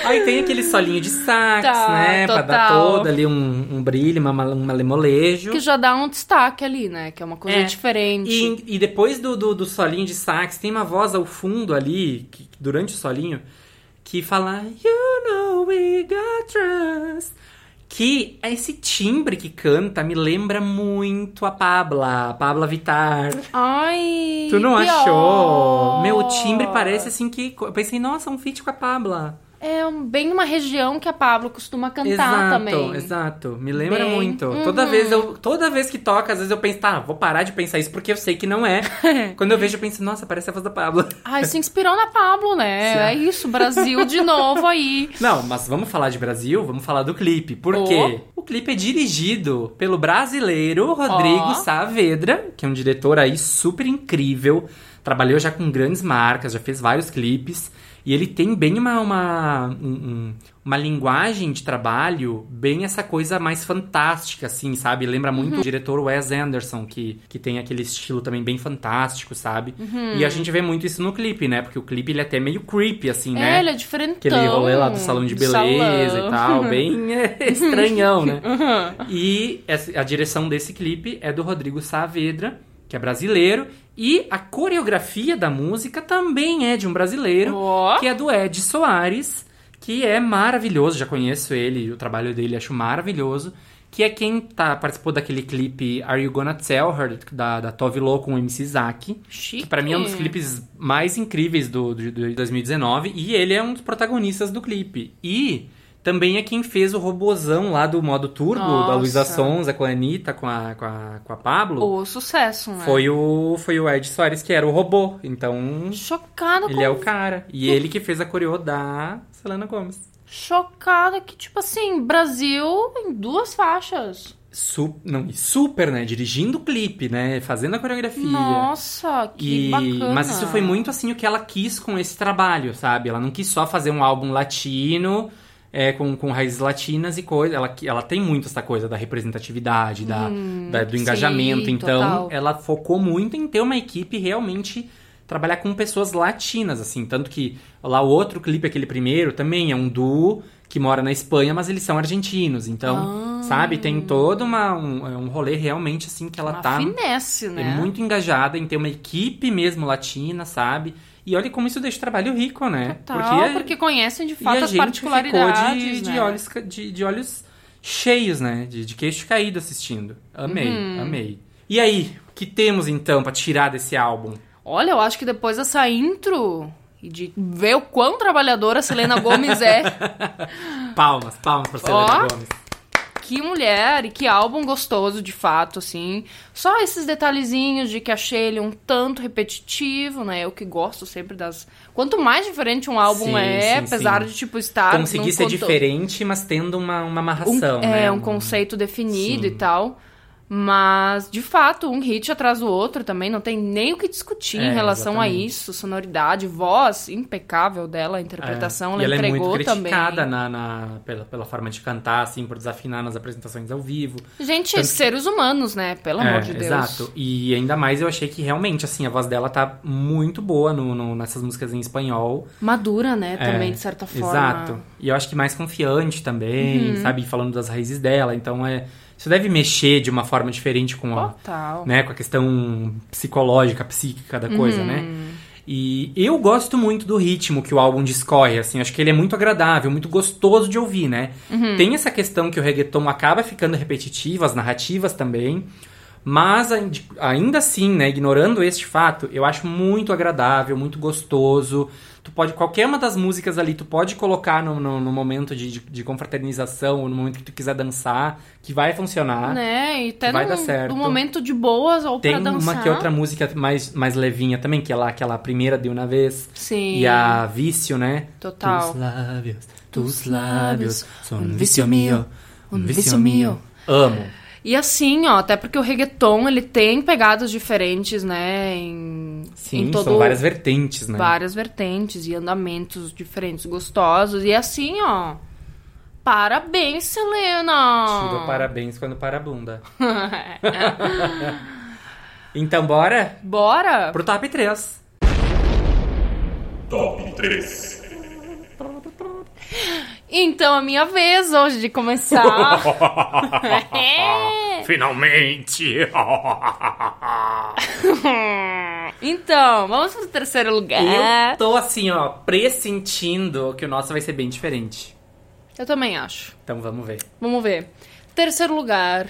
S1: Aí tem aquele solinho de sax,
S2: Tá,
S1: né? Pra dar
S2: total.
S1: todo ali um, um brilho, uma, um malemolejo.
S2: Que já dá um destaque ali, né? Que é uma coisa
S1: É.
S2: diferente.
S1: E, e depois do, do, do solinho de sax, tem uma voz ao fundo ali, que- que durante o solinho, que fala You know we got trust. Que é esse timbre que canta me lembra muito a Pabla, a Pabla Vittar.
S2: Ai!
S1: Tu não
S2: pior.
S1: achou? Meu, o timbre parece assim que. Eu pensei, nossa, um feat com a Pabla.
S2: É um- bem uma região que a Pablo costuma cantar
S1: exato,
S2: também.
S1: Exato, me lembra
S2: Bem. uhum.
S1: muito. Toda vez eu, toda vez que toca, às vezes eu penso, tá, vou parar de pensar isso porque eu sei que não
S2: [laughs]
S1: é. Quando eu vejo, eu penso, nossa, parece a voz da Pablo.
S2: Ai, se inspirou na Pablo, né?
S1: Sim.
S2: É isso, Brasil de
S1: [laughs]
S2: novo aí.
S1: Não, mas vamos falar de Brasil, vamos falar do clipe. Por
S2: Oh.
S1: quê? O clipe é dirigido pelo brasileiro Rodrigo
S2: Ó.
S1: Saavedra, que é um diretor aí super incrível. Trabalhou já com grandes marcas, já fez vários clipes. E ele tem bem uma, uma, um- um- uma linguagem de trabalho, bem essa coisa mais fantástica, assim, sabe? Lembra muito
S2: Uhum.
S1: o diretor Wes Anderson, que, que tem aquele estilo também bem fantástico, sabe?
S2: Uhum.
S1: E a gente vê muito isso no clipe, né? Porque o clipe ele é até meio creepy, assim, né?
S2: É, ele é diferentão.
S1: Aquele rolê lá do salão de beleza e
S2: Então, salão.
S1: tal,
S2: [laughs]
S1: bem é, estranhão, né?
S2: Uhum.
S1: E essa- a direção desse clipe é do Rodrigo Saavedra, que é brasileiro, e a coreografia da música também é de um brasileiro,
S2: Ó.
S1: que é do Ed Soares, que é maravilhoso, já conheço ele, o trabalho dele acho maravilhoso, que é quem tá, participou daquele clipe Are You Gonna Tell Her, da, da Tove Lo com o MC Zack.
S2: Chique.
S1: Que pra mim é um dos clipes mais incríveis do, do, do 2019. E ele é um dos protagonistas do clipe. E também é quem fez o robozão lá do modo turbo, da
S2: Nossa.
S1: Luísa Sonza com a Anitta, com a, com a, com a Pablo.
S2: O sucesso, né?
S1: Foi o, foi o Ed Soares que era o robô. Então,
S2: Chocada
S1: ele
S2: com...
S1: é o cara. E ele que fez a coreo da Selena Gomes.
S2: Chocada que, tipo assim, Brasil em duas faixas.
S1: Su não, e super, né? Dirigindo o clipe, né? Fazendo a coreografia.
S2: Nossa, que
S1: E-
S2: bacana.
S1: Mas isso foi muito assim o que ela quis com esse trabalho, sabe? Ela não quis só fazer um álbum latino, é, com, com raízes latinas e coisa. Ela, que- ela tem muito essa coisa da representatividade, da, da- do
S2: Hum, sim,
S1: engajamento. então,
S2: total.
S1: ela focou muito em ter uma equipe realmente trabalhar com pessoas latinas, assim. Tanto que lá o outro clipe, aquele primeiro, também é um duo que mora na Espanha, mas eles são argentinos. Então,
S2: Ah.
S1: sabe, tem todo uma, um, é um rolê realmente assim que ela
S2: Uma
S1: tá.
S2: finesse, né?
S1: É muito engajada em ter uma equipe mesmo latina, sabe? E olha como isso deixa o trabalho rico, né?
S2: Total, porque,
S1: é-
S2: conhecem de
S1: e
S2: fato
S1: a
S2: as
S1: gente
S2: particularidades,
S1: ficou de, de
S2: né?
S1: olhos, ca- de, de olhos cheios, né? De, de queixo caído assistindo. Amei,
S2: Uhum.
S1: amei. E aí, o que temos então pra tirar desse álbum?
S2: Olha, eu acho que depois dessa intro e de ver o quão trabalhadora a Selena Gomes é,
S1: [laughs] Palmas, palmas pra Selena
S2: Ó.
S1: Gomes.
S2: que mulher e que álbum gostoso de fato, assim. Só esses detalhezinhos de que achei ele um tanto repetitivo, né? Eu que gosto sempre das. Quanto mais diferente um álbum
S1: Sim,
S2: é,
S1: sim,
S2: apesar
S1: sim.
S2: de tipo estar num
S1: Conseguir ser
S2: conto-
S1: diferente, mas tendo uma, uma
S2: um-
S1: amarração, né?
S2: É, um conceito definido e tal. Mas, de fato, um hit atrás do outro também, não tem nem o que discutir
S1: É,
S2: em relação a
S1: exatamente.
S2: isso. Sonoridade, voz impecável dela, a
S1: É.
S2: interpretação,
S1: E
S2: ela,
S1: ela é
S2: entregou
S1: muito
S2: também.
S1: criticada na, na- pela, pela forma de cantar, assim, por desafinar nas apresentações ao vivo.
S2: Gente,
S1: né? Tanto que- É,
S2: seres humanos, né? Pelo amor de Deus.
S1: Exato. E ainda mais eu achei que realmente, assim, a voz dela tá muito boa no, no- nessas músicas em espanhol.
S2: Madura, né?
S1: É,
S2: Também, de certa forma. Uhum.
S1: Exato. E eu acho que mais confiante também, sabe? Falando das raízes dela. Então é. Isso deve mexer de uma forma diferente com a,
S2: Total.
S1: né, com a questão psicológica, psíquica da coisa, né? E eu gosto muito do ritmo que o álbum discorre, assim, acho que ele é muito agradável, muito gostoso de ouvir, né? Tem essa questão que o reggaeton acaba ficando repetitivo, as narrativas também, Mas ain- ainda assim, né, ignorando este fato, eu acho muito agradável, muito gostoso. Tu pode, qualquer uma das músicas ali, tu pode colocar no, no- no momento de, de- de confraternização, ou no momento que tu quiser dançar, que vai funcionar.
S2: Né? E até
S1: Vai
S2: num,
S1: dar certo.
S2: num momento de boas ou
S1: Tem
S2: pra dançar.
S1: uma que outra música mais, mais levinha também, que é lá aquela primeira de uma vez.
S2: Sim.
S1: E a Vício, né?
S2: Total.
S1: Tus lábios, tus
S2: Tus
S1: lábios,
S2: lábios,
S1: são
S2: um
S1: um
S2: vício
S1: vício mio,
S2: um
S1: um
S2: vício
S1: vício mio.
S2: mio.
S1: Amo.
S2: E assim, ó, até porque o reggaeton, ele tem pegadas diferentes, né? Em,
S1: Sim,
S2: em todo
S1: são várias vertentes, né?
S2: várias vertentes e andamentos diferentes, gostosos. E assim, ó. Parabéns,
S1: Tira o
S2: Selena!
S1: parabéns quando para a bunda.
S2: [laughs]
S1: então, bora
S2: Bora!
S1: pro top 3.
S4: Top 3.
S2: Então, a minha vez hoje de
S1: [laughs]
S2: começar. É.
S4: Finalmente!
S2: [laughs] Então, vamos pro terceiro lugar.
S1: Eu tô assim, ó, pressentindo que o nosso vai ser bem diferente.
S2: Eu também acho.
S1: Então vamos ver.
S2: Vamos ver. Terceiro lugar.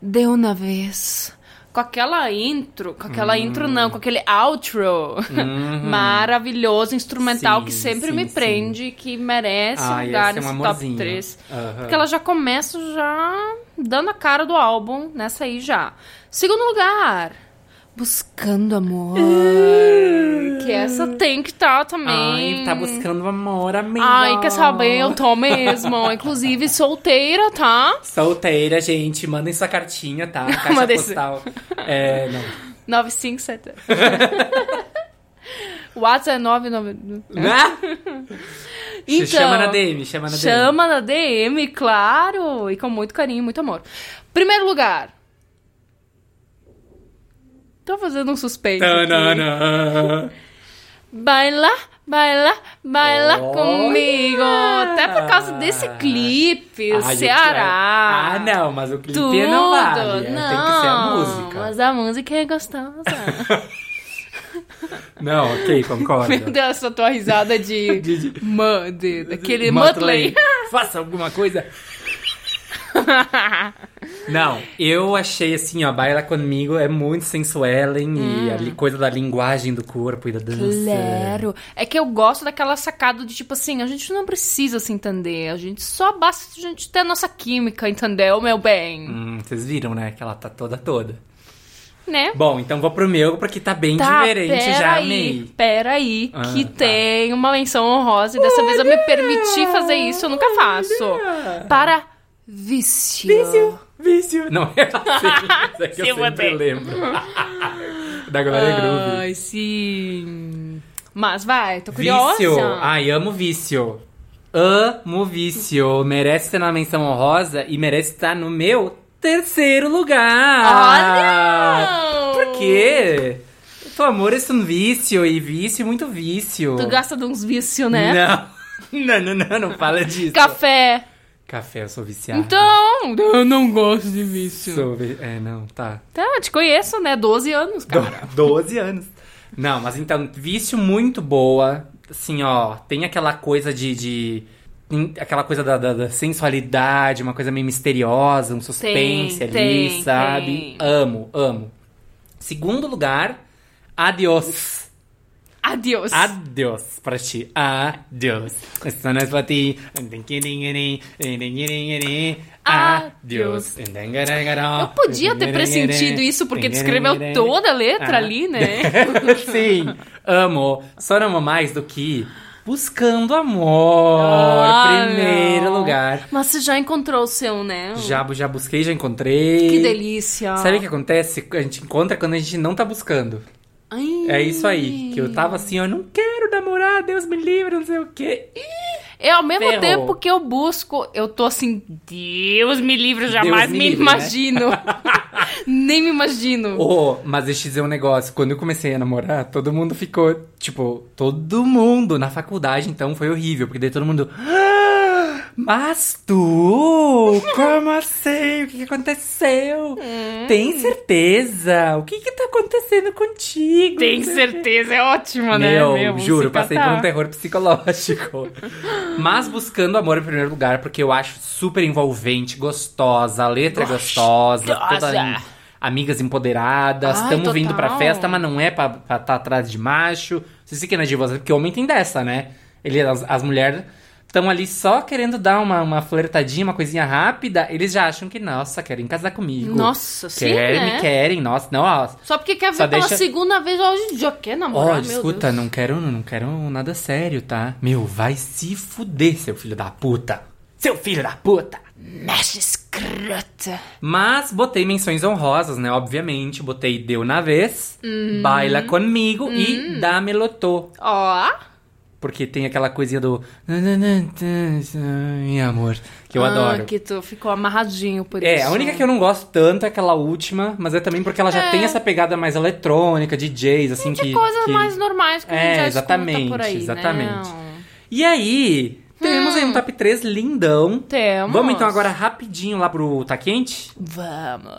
S2: Deu na vez. Com aquela intro, com
S1: Hum.
S2: aquela intro não, com aquele outro [laughs] maravilhoso, instrumental
S1: Uhum. Sim,
S2: que sempre
S1: sim,
S2: me
S1: sim.
S2: prende, que merece
S1: Ah,
S2: lugar
S1: esse é um
S2: nesse
S1: amorzinho.
S2: top 3.
S1: Aham.
S2: Porque ela já começa já dando a cara do álbum nessa aí já. Segundo lugar, Buscando Amor. que essa tem que estar também.
S1: Ai, tá buscando amor, amiga.
S2: Ai, quer saber? Eu
S1: [laughs]
S2: tô mesmo. Inclusive, solteira, tá?
S1: Solteira, gente, mandem sua cartinha,
S2: [laughs]
S1: tá? Caixa
S2: Mandem esse-
S1: postal. É,
S2: [laughs]
S1: não.
S2: 957. WhatsApp é 99.
S1: Né?
S2: Então,
S1: chama na DM, chama na DM.
S2: Chama na DM, claro. E com muito carinho, muito amor. Primeiro lugar. Tô fazendo um suspeito. aqui.
S1: Tanana.
S2: Baila, baila, baila
S1: Olha!
S2: comigo. Até por causa desse clipe, o
S1: Ai, gente,
S2: Ceará.
S1: é- Ah, não, mas o clipe
S2: Tudo.
S1: não vale. é, Tem que ser a
S2: Não,
S1: música.
S2: Mas a música é gostosa.
S1: Não,
S2: [laughs]
S1: ok, concordo.
S2: Meu Deus, essa tua risada de.
S1: [laughs] De- de-
S2: Mã- de- daquele
S1: Mutley, [laughs]
S2: Muttley.
S1: Faça alguma coisa. [laughs] Não, eu achei assim, ó, Baila Comigo é muito sensuellen
S2: Hum.
S1: e ali coisa da linguagem do corpo e da dança.
S2: Claro. É que eu gosto daquela sacada de tipo assim, a gente não precisa se entender, a gente só basta a gente ter a nossa química, entendeu, meu bem?
S1: Hum, vocês viram, né? Que ela tá toda toda.
S2: Né?
S1: Bom, então vou pro meu, porque tá bem
S2: Tá,
S1: diferente, já
S2: peraí,
S1: amei.
S2: peraí,
S1: Ah,
S2: que
S1: tá.
S2: tem uma menção honrosa e dessa vez eu me permiti fazer isso, eu nunca faço. Para vício. Vício.
S1: Vício. Ah. Não, é
S2: [laughs]
S1: assim, mas é que eu
S2: Se
S1: sempre
S2: botei. [laughs]
S1: lembro. da Glória Groove.
S2: Ai, sim. Mas vai, tô curiosa.
S1: Vício. Ai, amo vício. Amo vício. Merece estar na menção honrosa e merece estar no meu terceiro lugar.
S2: Olha!
S1: Por quê? Tu amor é um vício e vício, muito vício.
S2: Tu gosta de uns vícios, né?
S1: Não. [laughs] Não, não, não, não fala disso.
S2: Café.
S1: Café, eu sou viciado.
S2: Então, eu não gosto de vício.
S1: Sou vi- É, não, tá.
S2: Tá, eu te conheço, né? 12 anos, cara.
S1: 12 anos. Não, mas então, vício muito boa. Assim, ó, tem aquela coisa de. de- tem aquela coisa da, da- da sensualidade, uma coisa meio misteriosa, um suspense ali,
S2: tem,
S1: sabe?
S2: tem.
S1: Amo, amo. Segundo lugar, adiós.
S2: Adeus.
S1: Adiós pra ti. Adiós. Essa não é pra ti. Adiós.
S2: Eu podia ter pressentido isso, porque tu escreveu toda a letra
S1: Ah.
S2: ali, né?
S1: [laughs] Sim, amo. Só não amo mais do que buscando amor.
S2: Ah,
S1: primeiro
S2: não.
S1: lugar.
S2: Mas você já encontrou o seu, né?
S1: Já, já busquei, já encontrei.
S2: Que delícia.
S1: Sabe o que acontece? A gente encontra quando a gente não tá buscando.
S2: Ai.
S1: É isso aí. Que eu tava assim, ó, eu não quero namorar, Deus me livre, não sei o quê. Ih,
S2: É ao mesmo
S1: Ferrou.
S2: tempo que eu busco, eu tô assim, Deus me livre, eu jamais
S1: Deus me
S2: me,
S1: livre, né? [laughs]
S2: imagino. Nem me imagino.
S1: Ô, mas deixa eu te dizer um negócio. Quando eu comecei a namorar, todo mundo ficou. Tipo, todo mundo na faculdade, então foi horrível, porque daí todo mundo. "Ah, Mas tu? Como assim? O que que aconteceu? Tem certeza? O que que tá acontecendo contigo?
S2: Tem certeza, é ótima, né? tá-
S1: Meu,
S2: Meu, vamos
S1: juro,
S2: se
S1: passei por
S2: catar.
S1: um terror psicológico. [laughs] Mas buscando amor em primeiro lugar, porque eu acho super envolvente, gostosa, a letra é gostosa, toda
S2: Gostosa.
S1: amigas empoderadas,
S2: Ai,
S1: estamos
S2: total.
S1: vindo pra festa, mas não é pra estar atrás de macho. Vocês fiquem na divas, porque homem tem dessa, né? Ele, as, as mulheres estão ali só querendo dar uma, uma flertadinha, uma coisinha rápida, eles já acham que, nossa, querem casar comigo.
S2: Nossa, sim,
S1: querem,
S2: né?
S1: me querem, nossa, não, ó.
S2: Só porque quer ver
S1: Só
S2: pela
S1: deixa-
S2: segunda vez hoje já quer namorar,
S1: Olha,
S2: Ah, meu
S1: escuta,
S2: Deus.
S1: não quero, não quero nada sério, tá? Meu, vai se fuder, seu filho da puta. Seu filho da puta.
S2: Mexe escrota.
S1: Mas botei menções honrosas, né? Obviamente, botei Deu na Vez,
S2: Hum.
S1: Baila Comigo e Damelotô.
S2: Ó,
S1: Porque tem aquela coisinha do... Meu amor, que eu
S2: Ah,
S1: adoro.
S2: que tu ficou amarradinho por isso.
S1: É, a única que eu não gosto tanto é aquela última, mas é também porque ela já tem essa pegada mais eletrônica, DJs, assim, que...
S2: de coisas
S1: que-
S2: é mais normais que a
S1: É,
S2: gente já
S1: exatamente,
S2: escuta por aí, né? Hum.
S1: exatamente. E aí, temos aí um top 3 lindão.
S2: Temos.
S1: Vamos então agora rapidinho lá pro Tá Quente?
S2: Vamos.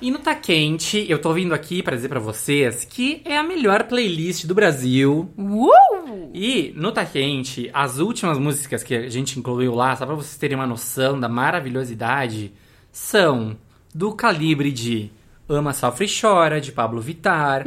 S1: E no Tá Quente, eu tô vindo aqui pra dizer pra vocês que é a melhor playlist do Brasil.
S2: Uh!
S1: E no Tá Quente, as últimas músicas que a gente incluiu lá, só pra vocês terem uma noção da maravilhosidade, são do calibre de Ama, Sofre e Chora, de Pablo Vittar,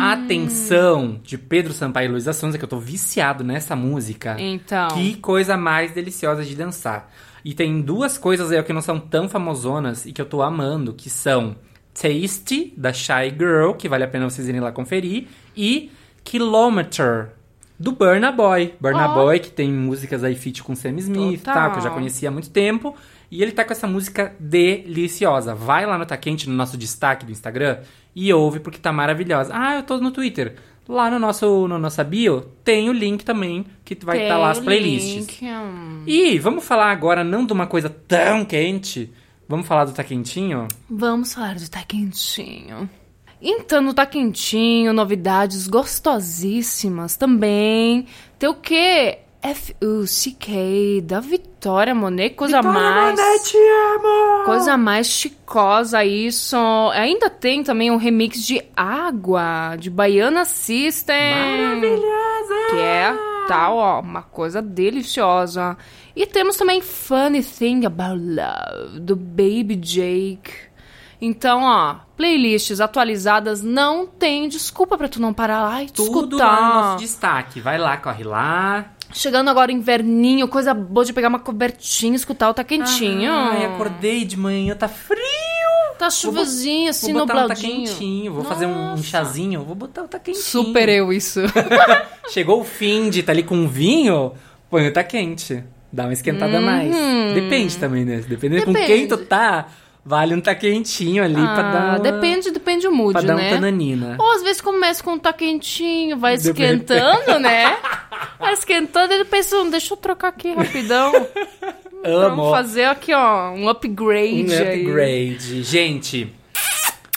S1: Atenção, de Pedro Sampaio e Luísa Sonza, que eu tô viciado nessa música.
S2: Então.
S1: Que coisa mais deliciosa de dançar. E tem duas coisas aí que não são tão famosonas e que eu tô amando, que são Tasty, da Shy Girl, que vale a pena vocês irem lá conferir, e Kilometer, do Burna Boy. Burna
S2: Ó.
S1: Boy, que tem músicas aí feat com Sam Smith,
S2: Total.
S1: tá, que eu já conhecia há muito tempo. E ele tá com essa música deliciosa. Vai lá no Tá Quente, no nosso destaque do Instagram, e ouve, porque tá maravilhosa. Ah, eu tô no Twitter. Lá no nosso no nossa bio tem o link também, que vai estar
S2: Tem
S1: lá as
S2: o
S1: playlists.
S2: link, hum.
S1: E vamos falar agora não de uma coisa tão quente. Vamos falar do Tá Quentinho?
S2: Vamos falar do Tá Quentinho. Então, no Tá Quentinho, novidades gostosíssimas também. Tem o quê? F-U-C-K, da Vitória Monet, coisa mais... Coisa mais chicosa isso. Ainda tem também um remix de Água, de Baiana System. Maravilhosa! Que é tal, ó, uma coisa deliciosa. E temos também Funny Thing About Love, do Baby Jake. Então, ó, playlists atualizadas não tem desculpa pra tu não parar lá e
S1: Tudo
S2: escutar.
S1: lá no nosso destaque. Vai lá, corre lá.
S2: Chegando agora inverninho, coisa boa de pegar uma cobertinha, escutar o tá quentinho.
S1: Ai, acordei de manhã, tá frio.
S2: Tá chuvozinho, assim,
S1: vou botar um Tá
S2: nubladinho.
S1: Quentinho, vou fazer um, um chazinho, vou botar o Tá Quentinho.
S2: Super eu isso.
S1: [laughs] Chegou o fim de tá ali com um vinho, põe o Tá Quente. Dá uma esquentada a mais. Depende também, né? Dependendo com quem
S2: Hum. Depende.
S1: tu tá, vale um Tá Quentinho ali pra dar
S2: Ah,
S1: uma...
S2: Depende, depende o mood,
S1: Pra dar um
S2: né?
S1: tananina.
S2: Ou às vezes começa com um tá quentinho, vai
S1: De [laughs]
S2: esquentando, né? Vai esquentando, ele pensa, "Hum, deixa eu trocar aqui rapidão. Vamos
S1: [laughs] Amo.
S2: fazer aqui, ó, um upgrade.
S1: Um
S2: aí.
S1: upgrade. Gente,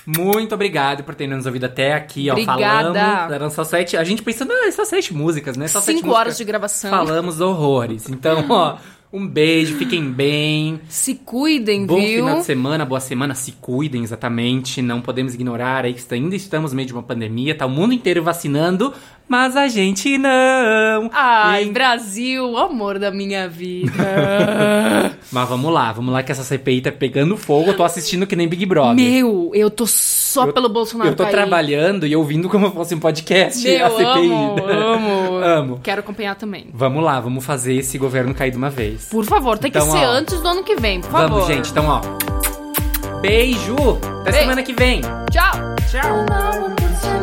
S1: muito obrigado por terem nos ouvido até aqui, ó.
S2: Obrigada.
S1: Falamos, eram só sete. A gente pensando, ah, é só sete músicas, né? Só sete
S2: Cinco horas
S1: músicas.
S2: de gravação. Hum.
S1: Falamos horrores. Então, ó, um beijo, fiquem bem.
S2: Se cuidem,
S1: Bom
S2: viu?
S1: final de semana, boa semana, se cuidem exatamente. Não podemos ignorar aí que está- ainda estamos no meio de uma pandemia, tá o mundo inteiro vacinando, mas a gente não.
S2: Ai,
S1: E-
S2: Brasil, o amor da minha vida.
S1: [laughs] Mas vamos lá, vamos lá que essa CPI tá pegando fogo, eu tô assistindo que nem Big Brother.
S2: Meu, eu tô só pelo Bolsonaro
S1: Eu tô
S2: cair.
S1: trabalhando e ouvindo como fosse um podcast
S2: Meu,
S1: a CPI.
S2: amo, amo.
S1: né? Amo.
S2: Quero acompanhar também.
S1: [laughs] Vamos lá, vamos fazer esse governo cair de uma vez.
S2: Por favor, tem
S1: Então,
S2: que ser
S1: ó,
S2: antes do ano que vem, por
S1: vamos,
S2: favor.
S1: gente. Então, ó. Beijo! Até
S2: Beijo.
S1: semana que vem!
S2: Tchau.
S1: Tchau!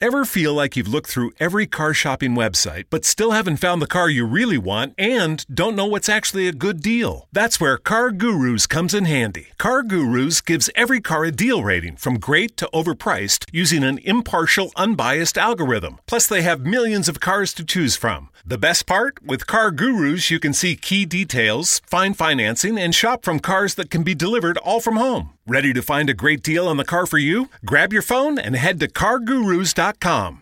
S5: Ever feel like you've looked through every car shopping website, but still haven't found the car you really want and don't know what's actually a good deal? That's where Car Gurus comes in handy. Car Gurus gives every car a deal rating from great to overpriced using an impartial, unbiased algorithm. Plus, they have millions of cars to choose from. The best part? With Car Gurus, you can see key details, find financing, and shop from cars that can be delivered all from home. Ready to find a great deal on the car for you? Grab your phone and head to cargurus.com.